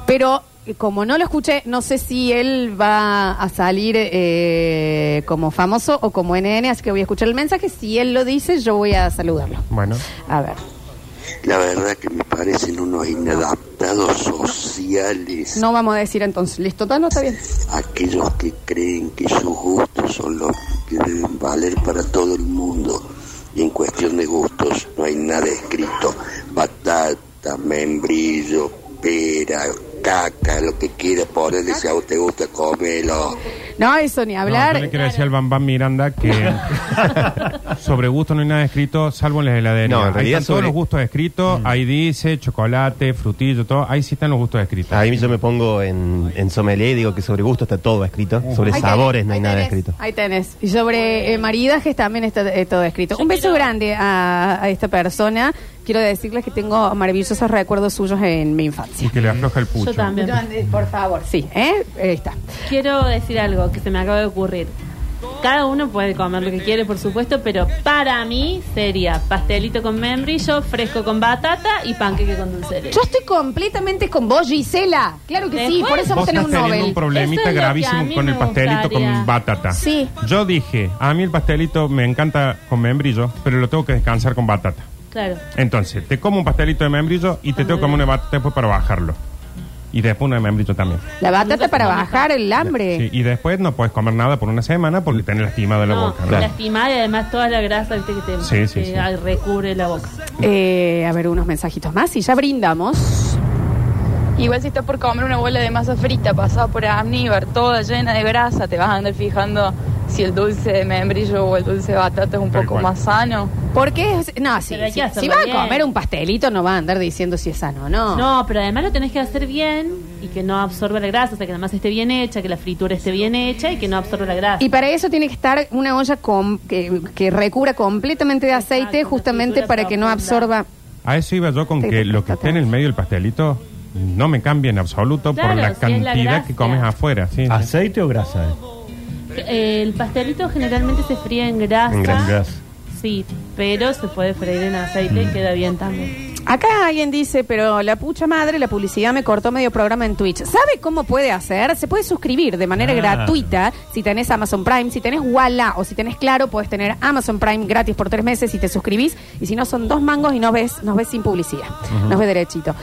Speaker 1: Pero eh, como no lo escuché, no sé si él va a salir eh, como famoso o como NN, así que voy a escuchar el mensaje. Si él lo dice, yo voy a saludarlo.
Speaker 2: Bueno.
Speaker 1: A ver.
Speaker 16: La verdad que me parecen unos inadaptados sociales,
Speaker 1: No vamos a decir entonces. Listo, ¿Está? no está bien.
Speaker 16: aquellos que creen que sus gustos son los que deben valer para todo el mundo. Y en cuestión de gustos no hay nada escrito. Batata, membrillo, pera, caca, lo que quiera ponerle, si a usted gusta, comelo.
Speaker 1: No, eso ni hablar.
Speaker 2: No, yo le quiero decir al Bam Bam Miranda que sobre gusto no hay nada escrito, salvo en las heladerías.
Speaker 14: No, en
Speaker 2: ahí
Speaker 14: realidad
Speaker 2: están todos
Speaker 14: sobre-
Speaker 2: los gustos escritos,
Speaker 3: Mm.
Speaker 2: ahí dice chocolate, frutillo, todo. Ahí sí están los gustos escritos.
Speaker 14: Ahí yo me pongo en, en sommelier y digo que sobre gusto está todo escrito. Sobre
Speaker 1: Ahí tenés,
Speaker 14: sabores no hay
Speaker 1: ahí
Speaker 14: nada
Speaker 1: tenés,
Speaker 14: escrito.
Speaker 1: Ahí tenés. Y sobre eh, maridajes también está eh, todo escrito. Un beso grande a, a esta persona. Quiero decirles que tengo maravillosos recuerdos suyos en mi infancia.
Speaker 2: Y que le afloja el pucho.
Speaker 9: Yo también.
Speaker 1: Por favor, sí, ¿eh? Ahí está.
Speaker 9: Quiero decir algo que se me acaba de ocurrir. Cada uno puede comer lo que quiere, por supuesto, pero para mí sería pastelito con membrillo, fresco con batata y panqueque con dulce de leche.
Speaker 1: Yo estoy completamente con vos, Gisela. Claro que sí,
Speaker 9: Después-
Speaker 1: por eso
Speaker 2: Vos
Speaker 1: vamos a tener
Speaker 2: estás
Speaker 1: un
Speaker 2: teniendo
Speaker 1: Nobel.
Speaker 2: un problemita
Speaker 9: Eso es lo que a
Speaker 2: gravísimo
Speaker 9: mí
Speaker 2: con
Speaker 9: me
Speaker 2: el pastelito
Speaker 9: gustaría.
Speaker 2: con batata.
Speaker 1: Sí.
Speaker 2: Yo dije, a mí el pastelito me encanta con membrillo, pero lo tengo que descansar con batata.
Speaker 9: Claro.
Speaker 2: Entonces, te como un pastelito de membrillo y te tengo que comer una batata después para bajarlo. Y después una de membrillo también.
Speaker 1: La batata para bajar el hambre.
Speaker 2: Sí, y después no puedes comer nada por una semana porque tenés lastimado la
Speaker 9: No,
Speaker 2: boca. ¿no?
Speaker 9: lastimada y además toda la grasa viste, que te
Speaker 2: Sí, sí,
Speaker 9: que
Speaker 2: sí.
Speaker 9: ay, recubre la boca.
Speaker 1: Eh, a ver, unos mensajitos más y ya brindamos.
Speaker 17: Igual si estás por comer una bola de masa frita pasada por amníbar, toda llena de grasa, te vas a andar fijando si el dulce de membrillo o el dulce de batata es un
Speaker 1: Tal
Speaker 17: poco
Speaker 1: cual.
Speaker 17: más sano.
Speaker 1: Porque es. No, sí.
Speaker 9: Pero hay
Speaker 1: sí.
Speaker 9: que hacerlo
Speaker 1: Si vas
Speaker 9: bien.
Speaker 1: a comer un pastelito, no va a andar diciendo si es sano o no.
Speaker 9: No, pero además lo tenés que hacer bien y que no absorba la grasa, o sea, que además esté bien hecha, que la fritura esté bien hecha y que no absorba la grasa.
Speaker 1: Y para eso tiene que estar una olla com- que, que recubra completamente de aceite, justamente para que no absorba.
Speaker 2: A eso iba yo con que lo que esté en el medio del pastelito no me cambia en absoluto por
Speaker 9: Claro,
Speaker 2: la
Speaker 9: si es la
Speaker 2: cantidad
Speaker 9: gracia.
Speaker 2: que comes afuera. sí, sí.
Speaker 3: ¿Aceite o grasa? eh?
Speaker 9: El pastelito generalmente se fríe en grasa.
Speaker 3: En grasa.
Speaker 9: Sí, pero se puede freír en aceite y queda bien también.
Speaker 1: Acá alguien dice, pero la pucha madre, la publicidad me cortó medio programa en Twitch. ¿Sabe cómo puede hacer? Se puede suscribir de manera
Speaker 9: Ah.
Speaker 1: gratuita si tenés Amazon Prime, si tenés Walla o si tenés Claro, puedes tener Amazon Prime gratis por tres meses si te suscribís. Y si no, son dos mangos y nos ves, nos ves sin publicidad.
Speaker 14: Ujú.
Speaker 1: Nos ves derechito.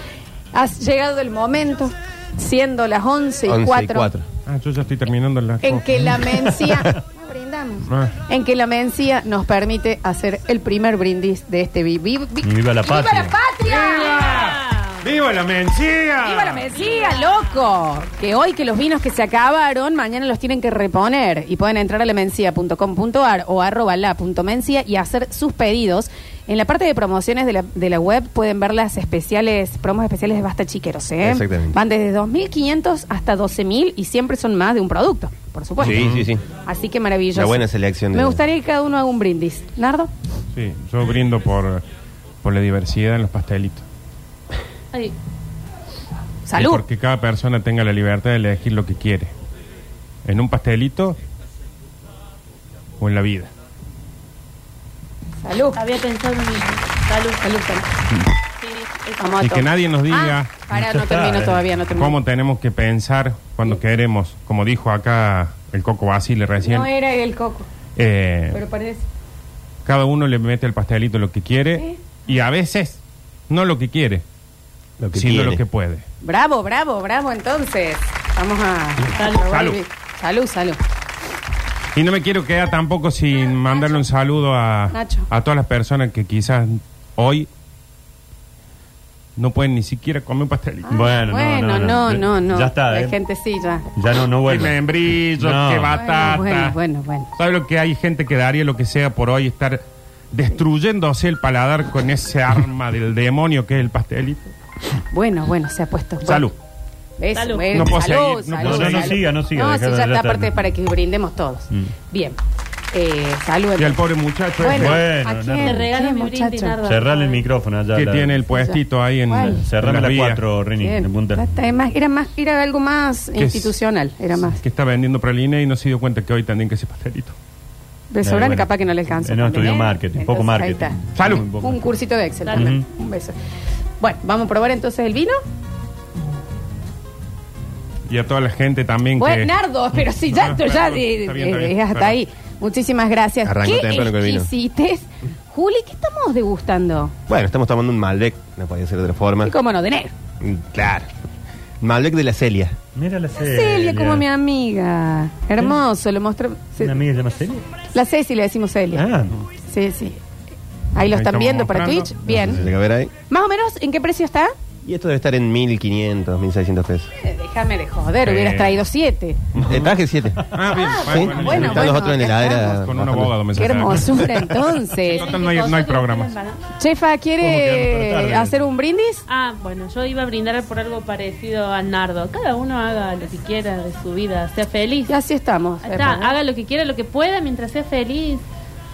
Speaker 1: Has llegado el momento, siendo las 11 y
Speaker 2: 11 y
Speaker 1: 4,
Speaker 2: cuatro. Ah, yo ya estoy terminando la.
Speaker 1: en que la mencía... No, brindamos.
Speaker 2: Ah.
Speaker 1: en que la mencía nos permite hacer el primer brindis de este vi- vi- vi-
Speaker 3: Viva la
Speaker 1: ¡Viva
Speaker 3: patria.
Speaker 1: la patria!
Speaker 2: Ah. ¡Viva la mencía!
Speaker 1: ¡Viva la mencía, loco! Que hoy que los vinos que se acabaron, mañana los tienen que reponer y pueden entrar a lamencia.com.ar o arroba la.mencia y hacer sus pedidos. En la parte de promociones de la, de la web pueden ver las especiales, promos especiales de Basta Chiqueros, ¿eh?
Speaker 14: Exactamente.
Speaker 1: Van desde 2.500 hasta 12.000 y siempre son más de un producto, por supuesto.
Speaker 14: Sí, sí, sí.
Speaker 1: Así que maravilloso.
Speaker 14: Una buena selección.
Speaker 1: Me
Speaker 14: de-
Speaker 1: gustaría que cada uno haga un brindis. ¿Nardo?
Speaker 2: Sí, yo brindo por, por la diversidad en los pastelitos.
Speaker 9: Ay,
Speaker 2: Y
Speaker 1: Salud.
Speaker 2: porque cada persona tenga la libertad de elegir lo que quiere. En un pastelito o en la vida.
Speaker 1: Salud.
Speaker 9: Había pensado en mismo. Salud.
Speaker 1: Salud, salud. Vamos a
Speaker 2: Y que
Speaker 1: tomar.
Speaker 2: nadie nos diga. eh.
Speaker 1: Ah, pará, no termino todavía, no termino.
Speaker 2: ¿Cómo tenemos que pensar cuando queremos? Como dijo acá el Coco Basile recién.
Speaker 1: No era el coco,
Speaker 2: eh,
Speaker 1: pero parece.
Speaker 2: cada uno le mete el pastelito lo que quiere y a veces no lo que quiere, sino
Speaker 14: tiene.
Speaker 2: lo que puede.
Speaker 1: Bravo, bravo, bravo, entonces. Vamos a. Salud.
Speaker 2: Salud.
Speaker 1: Salud, salud.
Speaker 2: Y no me quiero quedar tampoco sin mandarle un saludo a,
Speaker 1: Nacho.
Speaker 2: a todas las personas que quizás hoy no pueden ni siquiera comer un pastelito.
Speaker 1: Ah.
Speaker 3: Bueno,
Speaker 1: Bueno, no, no, no.
Speaker 2: Ya está,
Speaker 1: La
Speaker 2: ¿eh?
Speaker 1: gente sí, ya.
Speaker 3: Ya no, no vuelve.
Speaker 2: Qué membrillo,
Speaker 3: No.
Speaker 2: qué
Speaker 3: Bueno,
Speaker 2: batata.
Speaker 1: Bueno, bueno, bueno.
Speaker 2: ¿Sabes lo que hay gente que daría lo que sea por hoy estar destruyéndose el paladar con ese arma del demonio que es el pastelito?
Speaker 1: Bueno, bueno, se ha puesto. bueno.
Speaker 2: Salud.
Speaker 1: Beso,
Speaker 9: Salud.
Speaker 1: beso,
Speaker 2: No puedo
Speaker 1: salud,
Speaker 2: seguir, no
Speaker 1: salud,
Speaker 2: puedo seguir. No, no, no
Speaker 1: salud.
Speaker 2: siga, no siga,
Speaker 1: No, sí,
Speaker 2: dejá-
Speaker 1: ya
Speaker 2: ya
Speaker 1: está,
Speaker 2: está.
Speaker 1: aparte es para que brindemos todos.
Speaker 2: Mm.
Speaker 1: Bien. Eh, salud.
Speaker 2: Y al pobre muchacho.
Speaker 1: Bueno,
Speaker 3: Bueno,
Speaker 1: ¿a
Speaker 3: no,
Speaker 1: quién?
Speaker 3: no.
Speaker 1: ¿Quién,
Speaker 9: regalo mi
Speaker 1: muchacho?
Speaker 9: brindis, Nardo.
Speaker 3: Cerrale el micrófono allá.
Speaker 2: Que tiene el puestito ahí en- ¿Cuál?
Speaker 3: Cerrame
Speaker 2: en las
Speaker 3: la
Speaker 2: vías.
Speaker 3: 4, Rini.
Speaker 1: Bien.
Speaker 3: en punta.
Speaker 1: Basta, es más- era, más, era algo más
Speaker 2: es?
Speaker 1: institucional. Era más.
Speaker 2: Que está vendiendo pralina y no se dio cuenta que hoy tendrían que ese pastelito.
Speaker 1: De
Speaker 2: Eh,
Speaker 1: sobrante
Speaker 2: bueno.
Speaker 1: capaz que no le alcanza.
Speaker 2: Eh, no,
Speaker 1: también,
Speaker 2: estudió
Speaker 1: ¿eh?
Speaker 2: marketing, poco marketing.
Speaker 1: ahí está.
Speaker 2: Salud.
Speaker 1: Un, un cursito de Excel.
Speaker 9: Salud.
Speaker 1: también. Un beso. Bueno, vamos a probar entonces el vino.
Speaker 2: Y a toda la gente también
Speaker 1: Bueno,
Speaker 2: que...
Speaker 1: Nardo, pero si ya,
Speaker 2: No, no,
Speaker 1: ya, ya,
Speaker 2: está
Speaker 1: de-
Speaker 2: bien, está
Speaker 1: de-
Speaker 2: bien,
Speaker 1: es hasta
Speaker 2: perdón.
Speaker 1: ahí. Muchísimas gracias.
Speaker 14: Arrancó
Speaker 1: ¿Qué
Speaker 14: temprano con el vino.
Speaker 1: exquisites? Juli, ¿qué estamos degustando?
Speaker 14: Bueno, estamos tomando un Malbec, no podía ser de otra forma.
Speaker 1: Y cómo no, de negro.
Speaker 14: Mm, Claro. Malbec de la Celia.
Speaker 3: Mira la
Speaker 1: Celia, como mi amiga. Hermoso, lo mostró. se-
Speaker 3: ¿Una amiga se llama Celia?
Speaker 1: La Ceci le decimos Celia.
Speaker 3: Ah,
Speaker 1: Sí, sí. Ahí lo
Speaker 14: Ahí
Speaker 1: están
Speaker 14: estamos
Speaker 1: viendo para
Speaker 14: mostrando.
Speaker 1: Twitch.
Speaker 14: No sé si
Speaker 1: Bien.
Speaker 14: llega a ver ahí.
Speaker 1: Más o menos, ¿en qué precio está?
Speaker 14: Y esto debe estar en 1500, 1600 pesos.
Speaker 1: Eh, Déjame de joder,
Speaker 14: Eh.
Speaker 1: hubieras traído siete.
Speaker 14: Eh, traje 7.
Speaker 2: Ah, bien.
Speaker 1: Ah,
Speaker 14: Sí.
Speaker 1: bueno, bueno,
Speaker 14: Están los
Speaker 1: bueno,
Speaker 14: otros en la
Speaker 1: ya
Speaker 14: heladera.
Speaker 2: Con un abogado me
Speaker 1: Qué
Speaker 2: sacaron.
Speaker 1: hermosura entonces.
Speaker 2: Total, no hay, no hay programas.
Speaker 1: Chefa,
Speaker 2: ¿Cómo quedamos para
Speaker 1: ¿quiere
Speaker 2: tarde?
Speaker 1: hacer un brindis?
Speaker 9: Ah, bueno, yo iba a brindar por algo parecido a Nardo. Cada uno haga lo que quiera de su vida, sea feliz.
Speaker 1: Y así estamos.
Speaker 9: Ahí está, haga lo que quiera, lo que pueda, mientras sea feliz.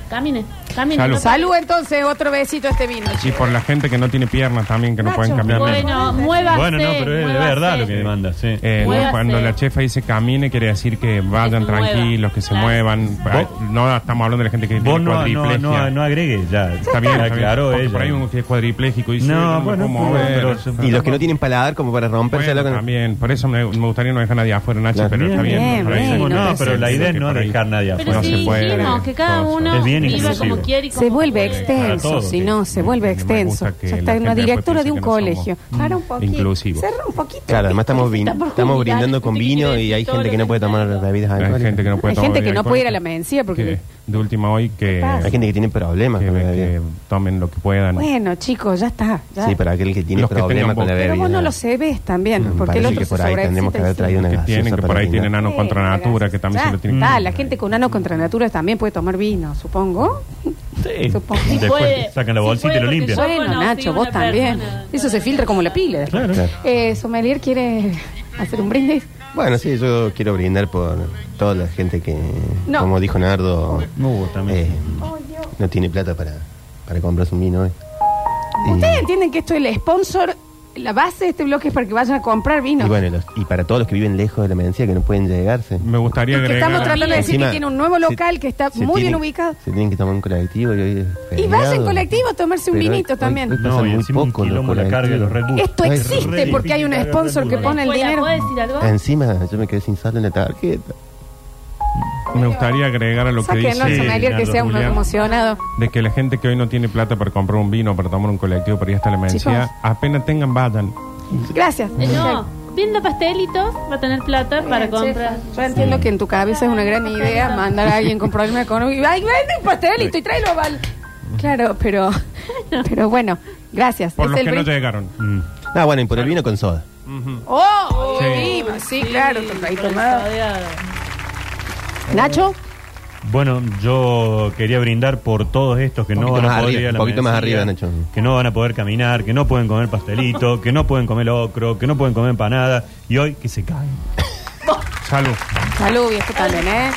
Speaker 9: Camine, camine.
Speaker 2: Salud.
Speaker 1: Salud entonces, otro besito a este vino.
Speaker 2: Y por la gente que no tiene piernas también, que no
Speaker 1: Nacho,
Speaker 2: pueden cambiar nada.
Speaker 9: Bueno, muévase.
Speaker 3: Bueno, no, pero es de
Speaker 9: muévase.
Speaker 3: verdad lo que demanda, sí.
Speaker 2: Eh, no,
Speaker 9: Muévase.
Speaker 2: cuando la chefa dice camine, quiere decir que vayan
Speaker 9: mueva.
Speaker 2: tranquilos, que se
Speaker 9: Claro.
Speaker 2: muevan. Ay, No estamos hablando de la gente que
Speaker 3: Vos
Speaker 2: tiene
Speaker 3: no, no,
Speaker 2: cuadriplegia.
Speaker 3: no, no agregues ya.
Speaker 2: Está bien, está bien.
Speaker 3: claro,
Speaker 2: Porque por ahí uno que es cuadripléjico y dice,
Speaker 3: No,
Speaker 2: "Yo me
Speaker 3: bueno,
Speaker 2: puedo
Speaker 3: pero-
Speaker 2: mover".
Speaker 3: pero-
Speaker 14: Y los que no tienen paladar como para romperse
Speaker 2: Bueno, también, por eso me, me gustaría no dejar a nadie afuera, Nacho,
Speaker 14: Claro.
Speaker 2: pero está
Speaker 14: Bien,
Speaker 2: bien.
Speaker 14: bien,
Speaker 2: por ahí
Speaker 14: bien,
Speaker 2: se-
Speaker 14: no,
Speaker 2: se-
Speaker 14: pero
Speaker 2: se-
Speaker 14: la
Speaker 2: se-
Speaker 14: idea
Speaker 2: que
Speaker 14: no
Speaker 2: por ahí-
Speaker 3: dejar nadie
Speaker 9: Pero
Speaker 2: No
Speaker 9: sí,
Speaker 2: se puede.
Speaker 9: dijimos que cada
Speaker 2: Todo
Speaker 9: uno
Speaker 2: es bien
Speaker 9: viva
Speaker 2: inclusivo.
Speaker 9: como quiere y como
Speaker 1: Se vuelve
Speaker 9: puede.
Speaker 1: extenso,
Speaker 2: todos,
Speaker 1: si no, se vuelve extenso.
Speaker 2: gusta que
Speaker 1: Ya
Speaker 2: la
Speaker 1: está en una
Speaker 2: gente después
Speaker 1: directora de
Speaker 2: piense
Speaker 1: un
Speaker 2: que no somos Mm,
Speaker 1: colegio. Para un poquito.
Speaker 2: inclusivos.
Speaker 1: Cerra un poquito.
Speaker 14: Claro, además estamos, vin-
Speaker 1: Está por
Speaker 14: estamos
Speaker 1: jubilar,
Speaker 14: brindando con
Speaker 1: ¿viste qué
Speaker 14: vino
Speaker 1: quiere
Speaker 14: y hay
Speaker 1: decir todo
Speaker 14: gente que
Speaker 1: lo
Speaker 14: no puede tomar bebidas
Speaker 2: Hay
Speaker 14: alcohólicas.
Speaker 2: gente que no puede
Speaker 1: Hay
Speaker 2: tomar
Speaker 1: gente que
Speaker 2: bebida
Speaker 1: no puede ir a la
Speaker 2: alcohólica,
Speaker 1: mencía porque.
Speaker 2: que de última hoy que
Speaker 1: pasa?
Speaker 14: Hay gente que tiene problemas
Speaker 2: que,
Speaker 14: con la bebida.
Speaker 2: que tomen lo que puedan.
Speaker 1: Bueno, chicos, ya está. ya.
Speaker 14: Sí, para aquel que tiene
Speaker 2: Los que
Speaker 14: problemas
Speaker 2: tengan
Speaker 14: con la
Speaker 2: boca.
Speaker 14: bebida.
Speaker 1: Pero vos no lo ves también, porque
Speaker 14: Mm,
Speaker 1: el
Speaker 14: parece
Speaker 1: otro
Speaker 14: que
Speaker 1: se
Speaker 14: por ahí tendríamos que
Speaker 1: sobreexcita
Speaker 14: haber
Speaker 1: y
Speaker 14: traído
Speaker 1: sí.
Speaker 14: una
Speaker 2: que
Speaker 14: gaseosa
Speaker 2: tienen, que
Speaker 14: para
Speaker 2: por ahí
Speaker 14: brindar.
Speaker 2: tienen ano contra natura, que también
Speaker 1: Ya
Speaker 2: se lo tienen
Speaker 1: está,
Speaker 2: que-
Speaker 1: la gente con ano contra natura también puede tomar vino, supongo.
Speaker 3: Sí.
Speaker 1: Supongo.
Speaker 3: Después
Speaker 9: puede.
Speaker 3: sacan la
Speaker 9: Sí
Speaker 3: bolsita y
Speaker 9: puede,
Speaker 3: lo
Speaker 9: porque
Speaker 3: limpian.
Speaker 9: yo-
Speaker 1: Bueno,
Speaker 9: conocí
Speaker 1: Nacho,
Speaker 9: una
Speaker 1: vos también.
Speaker 9: persona-
Speaker 1: Eso se filtra como la pila. después.
Speaker 14: Claro.
Speaker 1: Eh, Sommelier quiere hacer un brindis.
Speaker 14: Bueno, sí, yo quiero brindar por toda la gente que,
Speaker 1: No.
Speaker 14: como dijo Nardo,
Speaker 3: No, también.
Speaker 14: eh, no tiene plata para, para comprarse un vino hoy. Y-
Speaker 1: Ustedes entienden que esto es el sponsor, la base de este bloque es para que vayan a comprar vino.
Speaker 14: Y bueno, los- y para todos los que viven lejos de la mencía que no pueden llegarse.
Speaker 2: Me gustaría
Speaker 1: Porque
Speaker 2: agregar.
Speaker 1: estamos tratando de decir
Speaker 14: Encima,
Speaker 1: que tiene un nuevo
Speaker 14: se-
Speaker 1: local que está muy bien
Speaker 14: tienen-
Speaker 1: ubicado.
Speaker 14: Se tienen que tomar un colectivo y hoy es
Speaker 1: Y vayan en
Speaker 14: feriado.
Speaker 1: colectivo a tomarse un
Speaker 14: Pero hoy-
Speaker 1: vinito
Speaker 14: hoy-
Speaker 1: también.
Speaker 14: hoy pasan
Speaker 3: No, y
Speaker 14: muy
Speaker 3: encima un
Speaker 14: poco los
Speaker 3: quilombo la carga de los Red Bull.
Speaker 14: colectivos.
Speaker 1: Esto
Speaker 14: Ay,
Speaker 1: existe
Speaker 3: re
Speaker 1: porque hay un
Speaker 3: difícil
Speaker 1: sponsor que
Speaker 3: agarrar
Speaker 1: pone el
Speaker 9: Hola,
Speaker 1: dinero.
Speaker 9: ¿puedo decir algo?
Speaker 1: Eh.
Speaker 14: Ah, Encima, yo me quedé sin sal en la tarjeta.
Speaker 2: Me gustaría agregar a lo que
Speaker 1: Sáquenlo
Speaker 2: dice.
Speaker 1: al sommelier que
Speaker 2: Leonardo
Speaker 1: sea un
Speaker 2: Julián,
Speaker 1: emocionado.
Speaker 2: De que la gente que hoy no tiene plata para comprar un vino, para tomar un colectivo, para ir hasta la
Speaker 1: Chicos.
Speaker 2: mencía, apenas tengan, vayan.
Speaker 1: Gracias.
Speaker 9: Eh, No, viendo pastelitos va a tener plata para
Speaker 1: Bien,
Speaker 9: comprar.
Speaker 1: chefa. Yo entiendo que en tu cabeza es una gran idea mandar a alguien con problemas económicos. y, Ay, vende un pastelito y tráelo, Val. Claro, pero, pero bueno, gracias.
Speaker 2: Por
Speaker 1: Es
Speaker 2: los
Speaker 1: el
Speaker 2: que no
Speaker 1: brin-
Speaker 2: llegaron.
Speaker 14: Ah, bueno, y por el vino con soda.
Speaker 1: Oh,
Speaker 2: Sí.
Speaker 1: sí, sí, claro,
Speaker 9: Sí,
Speaker 1: con
Speaker 9: por
Speaker 1: traguito
Speaker 9: el
Speaker 1: más.
Speaker 9: saboreado.
Speaker 1: Nacho,
Speaker 3: Bueno, yo quería brindar por todos estos que
Speaker 14: Un
Speaker 3: no
Speaker 14: poquito
Speaker 3: van a
Speaker 14: más
Speaker 3: poder
Speaker 14: arriba,
Speaker 3: ir a la
Speaker 14: un poquito más
Speaker 3: Mesía,
Speaker 14: arriba, Nacho.
Speaker 3: que no van a poder caminar, que no pueden comer pastelito, que no pueden comer locro, que no pueden comer empanada y hoy que se caen.
Speaker 2: Salud.
Speaker 1: salud y esto también, ¿eh?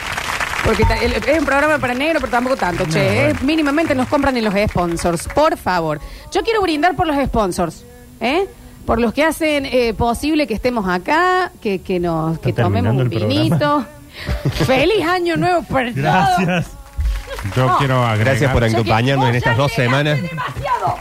Speaker 1: Porque ta- el- es un programa para negro, pero tampoco tanto, che. ¿eh? Mínimamente nos compran en los sponsors, por favor. Yo quiero brindar por los sponsors, ¿eh? Por los que hacen eh, posible que estemos acá, que, que nos que
Speaker 3: Está
Speaker 1: tomemos
Speaker 3: terminando
Speaker 1: un
Speaker 3: el
Speaker 1: vinito. Feliz año nuevo para todos.
Speaker 3: Gracias.
Speaker 2: Yo
Speaker 1: No.
Speaker 2: quiero agregar.
Speaker 14: Gracias por
Speaker 1: Yo quiero-
Speaker 14: acompañarnos en estas dos semanas.
Speaker 1: Demasiado.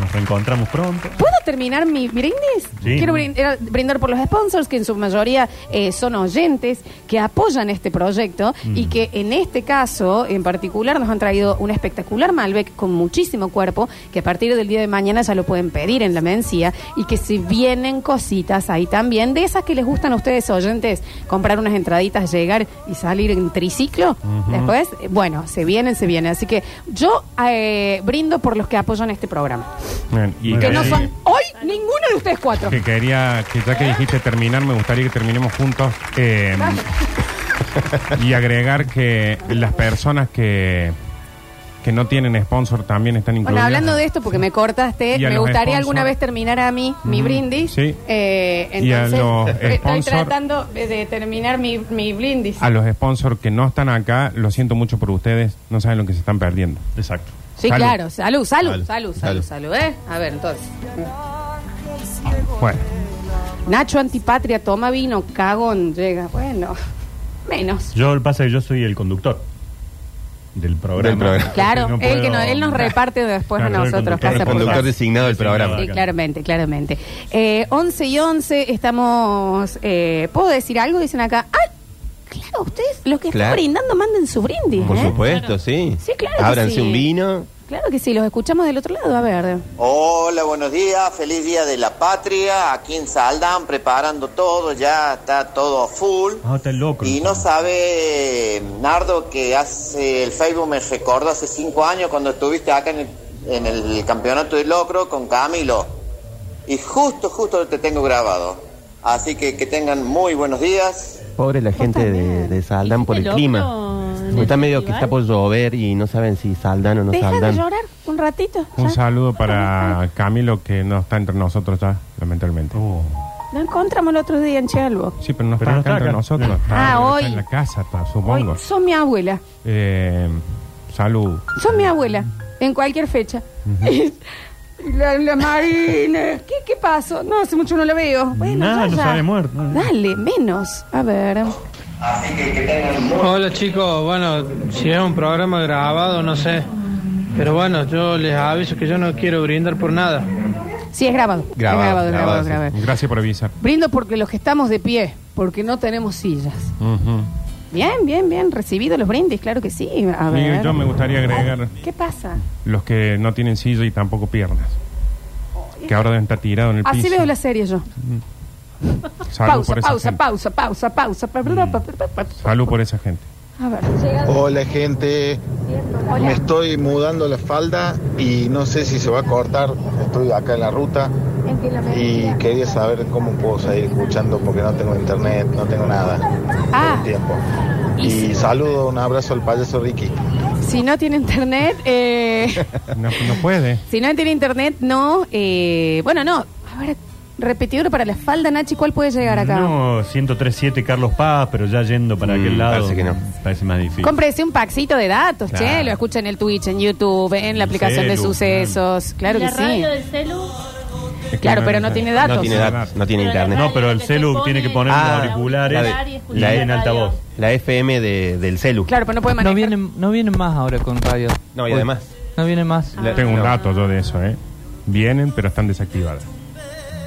Speaker 3: Nos reencontramos pronto.
Speaker 1: ¿Puedo terminar mi brindis?
Speaker 3: Sí.
Speaker 1: Quiero brin- era- brindar por los sponsors, que en su mayoría eh, son oyentes, que apoyan este proyecto y que en este caso en particular nos han traído un espectacular Malbec con muchísimo cuerpo, que a partir del día de mañana ya lo pueden pedir en la mencía y que si vienen cositas ahí también, de esas que les gustan a ustedes oyentes, comprar unas entraditas, llegar y salir en triciclo,
Speaker 18: Ujú.
Speaker 1: después, eh, bueno, se vienen, se vienen. Así que yo eh, brindo por los que apoyan este programa.
Speaker 2: Bien, y
Speaker 1: Que
Speaker 2: que-
Speaker 1: no son hoy ninguno de ustedes cuatro.
Speaker 2: Que quería, que ya que dijiste terminar, me gustaría que terminemos juntos. eh, y agregar que las personas que, que no tienen sponsor también están incluidas.
Speaker 1: Bueno, hablando de esto, porque me cortaste,
Speaker 2: Y a
Speaker 1: me
Speaker 2: los
Speaker 1: gustaría
Speaker 2: sponsor.
Speaker 1: alguna vez terminar a mí mi
Speaker 2: Ujú,
Speaker 1: brindis.
Speaker 2: sí.
Speaker 1: Eh,
Speaker 2: Y a
Speaker 1: entonces,
Speaker 2: los
Speaker 1: estoy
Speaker 2: sponsor-
Speaker 1: tratando de terminar mi, mi brindis.
Speaker 2: A los sponsors que no están acá, lo siento mucho por ustedes, no saben lo que se están perdiendo.
Speaker 3: Exacto.
Speaker 1: Sí,
Speaker 2: Salud.
Speaker 1: claro. Salud, salud,
Speaker 2: Salud.
Speaker 1: salud, salud, salud, ¿eh? A ver, entonces.
Speaker 2: Bueno,
Speaker 1: Nacho Antipatria toma vino, cagón, llega. Bueno, menos.
Speaker 3: Yo, el pasa es que yo soy el conductor del programa.
Speaker 14: Del programa.
Speaker 1: Claro,
Speaker 3: No
Speaker 1: él, que
Speaker 3: puedo-
Speaker 1: no- él nos reparte después a
Speaker 3: Claro, el
Speaker 1: nosotros.
Speaker 3: conductor-
Speaker 1: pasa
Speaker 14: El
Speaker 1: por
Speaker 14: conductor
Speaker 1: nosotros.
Speaker 14: designado del programa.
Speaker 1: Sí, claramente, claramente. Eh, 11 y 11 estamos... eh, ¿Puedo decir algo? Dicen acá. ¡Ah! Claro, ustedes, los que
Speaker 14: Claro.
Speaker 1: están brindando, manden su brindis.
Speaker 14: Por
Speaker 1: ¿eh?
Speaker 14: supuesto, sí.
Speaker 1: Sí, claro que
Speaker 14: Ábranse
Speaker 1: sí.
Speaker 14: un vino.
Speaker 1: Claro que sí, los escuchamos del otro lado. A ver.
Speaker 19: Hola, buenos días, feliz día de la patria. Aquí en Saldan preparando todo, ya está todo full.
Speaker 3: Ah, está loco.
Speaker 19: Y no sabe, Nardo, que hace el Facebook me recordó hace cinco años cuando estuviste acá en el, en el campeonato de locro con Camilo. Y justo, justo te tengo grabado. Así que que tengan muy buenos días.
Speaker 14: Pobre la gente de, de Saldan por el
Speaker 19: ¿Hiciste
Speaker 14: clima.
Speaker 19: locro en
Speaker 14: Está medio que
Speaker 1: festival?
Speaker 14: está por llover y no saben si Saldan o no
Speaker 1: Deja de
Speaker 14: Saldan.
Speaker 1: llorar un ratito.
Speaker 2: un
Speaker 1: ya.
Speaker 2: saludo para Camilo que no está entre nosotros ya, lamentablemente.
Speaker 3: Oh.
Speaker 1: Lo encontramos el otro día en Chelvo.
Speaker 2: Sí, pero no está
Speaker 3: Pero
Speaker 2: acá
Speaker 3: no está
Speaker 2: entre
Speaker 3: acá.
Speaker 2: nosotros.
Speaker 1: Ah,
Speaker 2: está-
Speaker 1: hoy.
Speaker 2: Está en la casa, está, supongo.
Speaker 1: Sos mi abuela.
Speaker 2: Eh, salud.
Speaker 1: Sos mi abuela. En cualquier fecha. La, la Marina. ¿Qué, qué pasó? No, hace mucho no la veo. Bueno,
Speaker 3: Nada,
Speaker 1: ya,
Speaker 3: no
Speaker 1: ya.
Speaker 3: sabe muerto.
Speaker 1: Dale, menos. A ver.
Speaker 20: Hola chicos, bueno, si es un programa grabado, no sé. Pero bueno, yo les aviso que yo no quiero brindar por nada.
Speaker 1: Sí, es grabado. Es
Speaker 20: Grabado,
Speaker 1: grabado, grabado,
Speaker 20: grabado, sí.
Speaker 1: grabado.
Speaker 2: Gracias por avisar.
Speaker 1: Brindo porque los que estamos de pie, porque no tenemos sillas. Bien, bien, bien. Recibido los brindis, claro que sí. A ver.
Speaker 2: Y yo me gustaría agregar
Speaker 1: ¿Qué pasa?
Speaker 2: los que no tienen silla y tampoco piernas. Que ahora deben estar tirados en el
Speaker 1: Así
Speaker 2: piso.
Speaker 1: veo la serie yo.
Speaker 2: Salud
Speaker 1: pausa,
Speaker 2: por esa
Speaker 1: pausa,
Speaker 2: gente.
Speaker 1: pausa, pausa, pausa, pausa.
Speaker 2: Salud por esa gente.
Speaker 1: A ver.
Speaker 21: Hola gente, me estoy mudando la falda y no sé si se va a cortar, estoy acá en la ruta y quería saber cómo puedo seguir escuchando porque no tengo internet, no tengo nada,
Speaker 1: Ah,
Speaker 21: no tengo tiempo. Y saludo, un abrazo al payaso Ricky.
Speaker 1: Si no tiene internet, eh,
Speaker 2: No, no puede.
Speaker 1: si no tiene internet, no. eh, bueno, no. A ver, repetidor para la espalda, Nachi, ¿cuál puede llegar acá? Mm,
Speaker 3: No, 1037 Carlos Paz, pero ya yendo para aquel lado. Parece que no. Parece más difícil.
Speaker 1: Cómprese un paxito de datos,
Speaker 3: Claro.
Speaker 1: che. Lo escucha en el Twitch, en YouTube, en la aplicación de
Speaker 14: celu,
Speaker 1: sucesos. Claro
Speaker 9: la
Speaker 1: que
Speaker 9: radio
Speaker 1: sí.
Speaker 9: del celu
Speaker 1: Claro, pero no tiene datos.
Speaker 14: No tiene datos, no tiene internet.
Speaker 3: No, pero el celu tiene que poner
Speaker 14: Ah,
Speaker 3: los auriculares
Speaker 14: la de-
Speaker 3: y
Speaker 14: la-
Speaker 3: en altavoz.
Speaker 14: La FM de- del celu.
Speaker 1: Claro, pero no puede manejar.
Speaker 15: No vienen, no vienen más ahora con radio.
Speaker 14: No, y además.
Speaker 15: No vienen más.
Speaker 2: Ah. Tengo
Speaker 1: Ah.
Speaker 2: un dato yo de eso, ¿eh? Vienen, pero están desactivadas.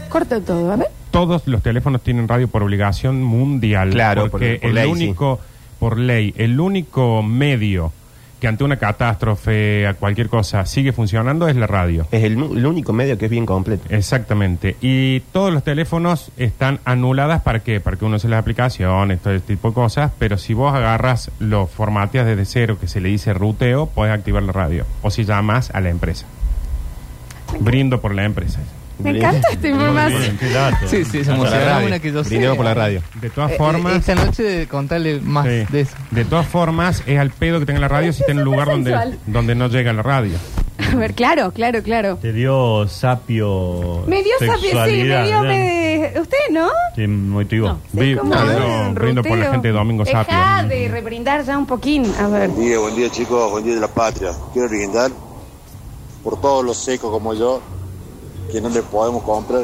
Speaker 1: Corta todo, a ver.
Speaker 2: Todos los teléfonos tienen radio por obligación mundial.
Speaker 14: Claro,
Speaker 2: porque
Speaker 14: por- por
Speaker 2: el
Speaker 14: ley, sí.
Speaker 2: único, por ley, el único medio que ante una catástrofe, a cualquier cosa, sigue funcionando es la radio.
Speaker 14: Es el, nu- el único medio que es bien completo.
Speaker 2: Exactamente. Y todos los teléfonos están anuladas para qué? Para que uno se las aplicaciones, todo este tipo de cosas, pero si vos agarras los formateas desde cero, que se le dice ruteo, puedes activar la radio. O si llamas a la empresa. Brindo por la empresa.
Speaker 1: Me encanta este esta información.
Speaker 15: Sí, sí, es emocionante. Una que yo sé.
Speaker 2: De todas
Speaker 15: Eh, eh,
Speaker 2: formas,
Speaker 15: Esta noche de contarle más
Speaker 2: Sí.
Speaker 15: de eso.
Speaker 2: de todas formas, es al pedo que tenga la radio si está en un lugar donde,
Speaker 1: sensual.
Speaker 2: donde no llega la radio.
Speaker 1: A ver, claro, claro, claro.
Speaker 3: Te dio sapio.
Speaker 1: Me dio sapi- sí, me
Speaker 3: sexualidad,
Speaker 1: dio.
Speaker 3: ¿verdad?
Speaker 1: me- ¿Usted no?
Speaker 3: Sí, me motivó.
Speaker 2: Vi-
Speaker 1: ¿Cómo
Speaker 2: brindo,
Speaker 1: es?
Speaker 2: brindo por la
Speaker 1: Ruteo.
Speaker 2: gente de Domingo
Speaker 1: Dejá
Speaker 2: Sapio.
Speaker 1: de rebrindar ya un poquín. A ver.
Speaker 22: Buen día, buen día chicos, buen día de la patria. Quiero brindar por todos los secos como yo, que no le podemos comprar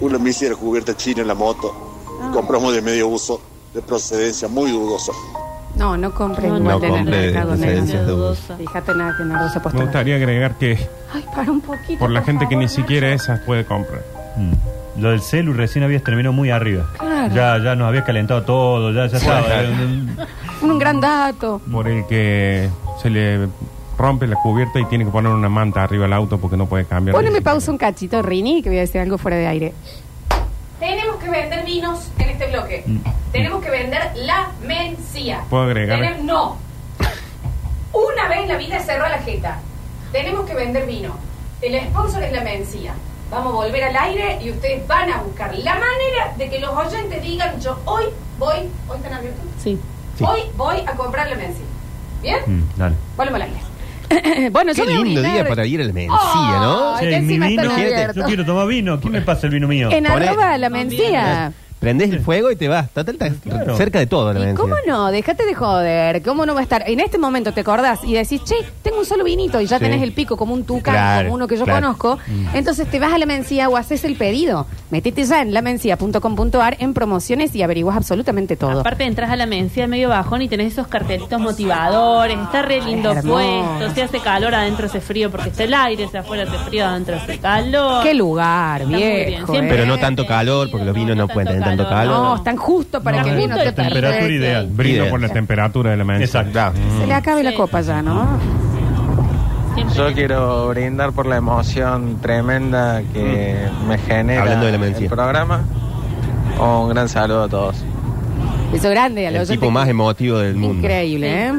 Speaker 22: una mísera
Speaker 1: Ah.
Speaker 22: cubierta china en la moto. Compramos de medio uso, de procedencia muy dudosa.
Speaker 1: No, no compres
Speaker 14: No,
Speaker 1: igual
Speaker 14: no
Speaker 1: de
Speaker 14: compres
Speaker 1: mercado
Speaker 14: diferencias
Speaker 1: negro.
Speaker 14: de
Speaker 1: Fíjate nada que Nardosa
Speaker 2: Me
Speaker 1: puesto.
Speaker 2: gustaría agregar que
Speaker 1: Ay, para un poquito.
Speaker 2: por la gente que
Speaker 1: favor,
Speaker 2: ni
Speaker 1: Nacho.
Speaker 2: siquiera esas puede comprar.
Speaker 3: Lo del celu recién habías terminado muy arriba.
Speaker 1: Claro.
Speaker 3: Ya, ya nos habías calentado todo, ya, ya estaba.
Speaker 1: Un, un gran dato.
Speaker 2: Por el que se le rompe la cubierta y tiene que poner una manta arriba del auto porque no puede cambiar.
Speaker 1: Poneme pausa un cachito, Rini, que voy a decir algo fuera de aire. Tenemos que vender vinos en este bloque.
Speaker 14: Mm.
Speaker 1: Tenemos que vender la mencía.
Speaker 2: ¿Puedo agregar?
Speaker 1: Tenem- no. Una vez en la vida cerró la jeta. Tenemos que vender vino. El sponsor es la mencía. Vamos a volver al aire y ustedes van a buscar la manera de que los oyentes digan yo hoy voy, hoy están abiertos.
Speaker 9: Sí.
Speaker 1: Hoy voy a comprar la mencía. ¿Bien?
Speaker 3: dale.
Speaker 1: Volvemos al aire. bueno,
Speaker 14: Mm. Qué
Speaker 1: yo voy a
Speaker 14: lindo
Speaker 1: brindar.
Speaker 14: día para ir al Mencía,
Speaker 1: Oh,
Speaker 14: ¿no?
Speaker 1: Ay, que encima están
Speaker 14: Imagínate,
Speaker 1: abiertos.
Speaker 3: Yo quiero tomar vino. ¿Quién me pasa el vino mío?
Speaker 1: En
Speaker 14: Poné-
Speaker 1: arroba la mencía.
Speaker 14: Prendés el fuego y te vas. Total, estás cerca de todo la Mencía.
Speaker 1: ¿Cómo no? Déjate de joder. ¿Cómo no va a estar? En este momento te acordás y decís, che, tengo un solo vinito y ya
Speaker 14: Sí.
Speaker 1: tenés el pico como un tucán,
Speaker 14: Claro,
Speaker 1: como uno que yo
Speaker 14: claro.
Speaker 1: conozco.
Speaker 14: Mm.
Speaker 1: Entonces te vas a la mencía o haces el pedido. Metete ya en lamencia.com.ar en promociones y averiguas absolutamente todo.
Speaker 9: Aparte entras a la mencía medio bajón y tenés esos cartelitos motivadores, está re lindo
Speaker 1: hermoso.
Speaker 9: puesto, si hace calor adentro hace frío porque está el aire, si afuera hace frío adentro hace calor.
Speaker 1: Qué lugar,
Speaker 9: muy bien,
Speaker 1: viejo.
Speaker 9: siempre
Speaker 14: Pero Eh, no tanto calor, porque los vinos no pueden tener tanto calor.
Speaker 1: No, están justo para que el vino te
Speaker 2: Temperatura
Speaker 1: perfecte.
Speaker 2: ideal. Brindo
Speaker 14: Ideal.
Speaker 2: por la temperatura de la mesa.
Speaker 14: Exacto.
Speaker 1: Se le acabe la copa ya, ¿no?
Speaker 11: Yo quiero brindar por la emoción tremenda que me genera
Speaker 14: Hablando de la
Speaker 11: el
Speaker 14: Mencía.
Speaker 11: programa. Un gran saludo a todos.
Speaker 1: Eso grande, a
Speaker 14: El
Speaker 1: los
Speaker 14: tipo más emotivo del mundo.
Speaker 1: Increíble, ¿eh?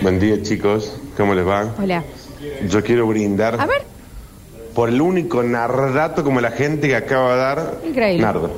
Speaker 18: Buen día, chicos. ¿Cómo les va?
Speaker 1: Hola.
Speaker 18: Yo quiero brindar
Speaker 1: A ver,
Speaker 18: por el único nardato como la gente que acaba de dar.
Speaker 1: Increíble.
Speaker 18: Nardo.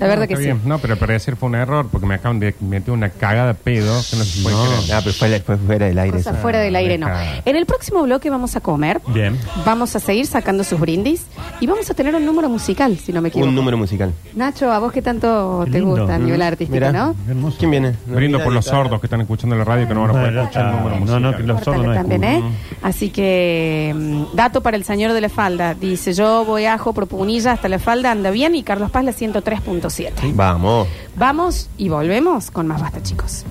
Speaker 1: la verdad que
Speaker 2: Está
Speaker 1: sí.
Speaker 2: bien. No, pero al parecer fue un error porque me acaban de meter una cagada pedo que no se puede
Speaker 14: No.
Speaker 2: creer.
Speaker 14: Ah, pero fue, fue fuera del aire.
Speaker 1: Cosas fuera del aire no. En el próximo bloque vamos a comer,
Speaker 14: Bien.
Speaker 1: vamos a seguir sacando sus brindis y vamos a tener un número musical, si no me equivoco.
Speaker 14: Un número musical.
Speaker 1: Nacho, a vos que tanto te gusta a nivel
Speaker 2: Mm,
Speaker 1: artístico,
Speaker 14: Mirá,
Speaker 1: ¿no?
Speaker 14: ¿Quién viene?
Speaker 2: Brindo por los sordos que están escuchando la radio que no van a poder escuchar el número musical.
Speaker 1: Importante también, ¿eh? Así que, mm, dato para el señor de la falda. Dice, yo voy ajo por punilla hasta la falda, anda bien, y Carlos Paz la 103.7.
Speaker 14: Vamos.
Speaker 1: Vamos y volvemos con más basta, chicos.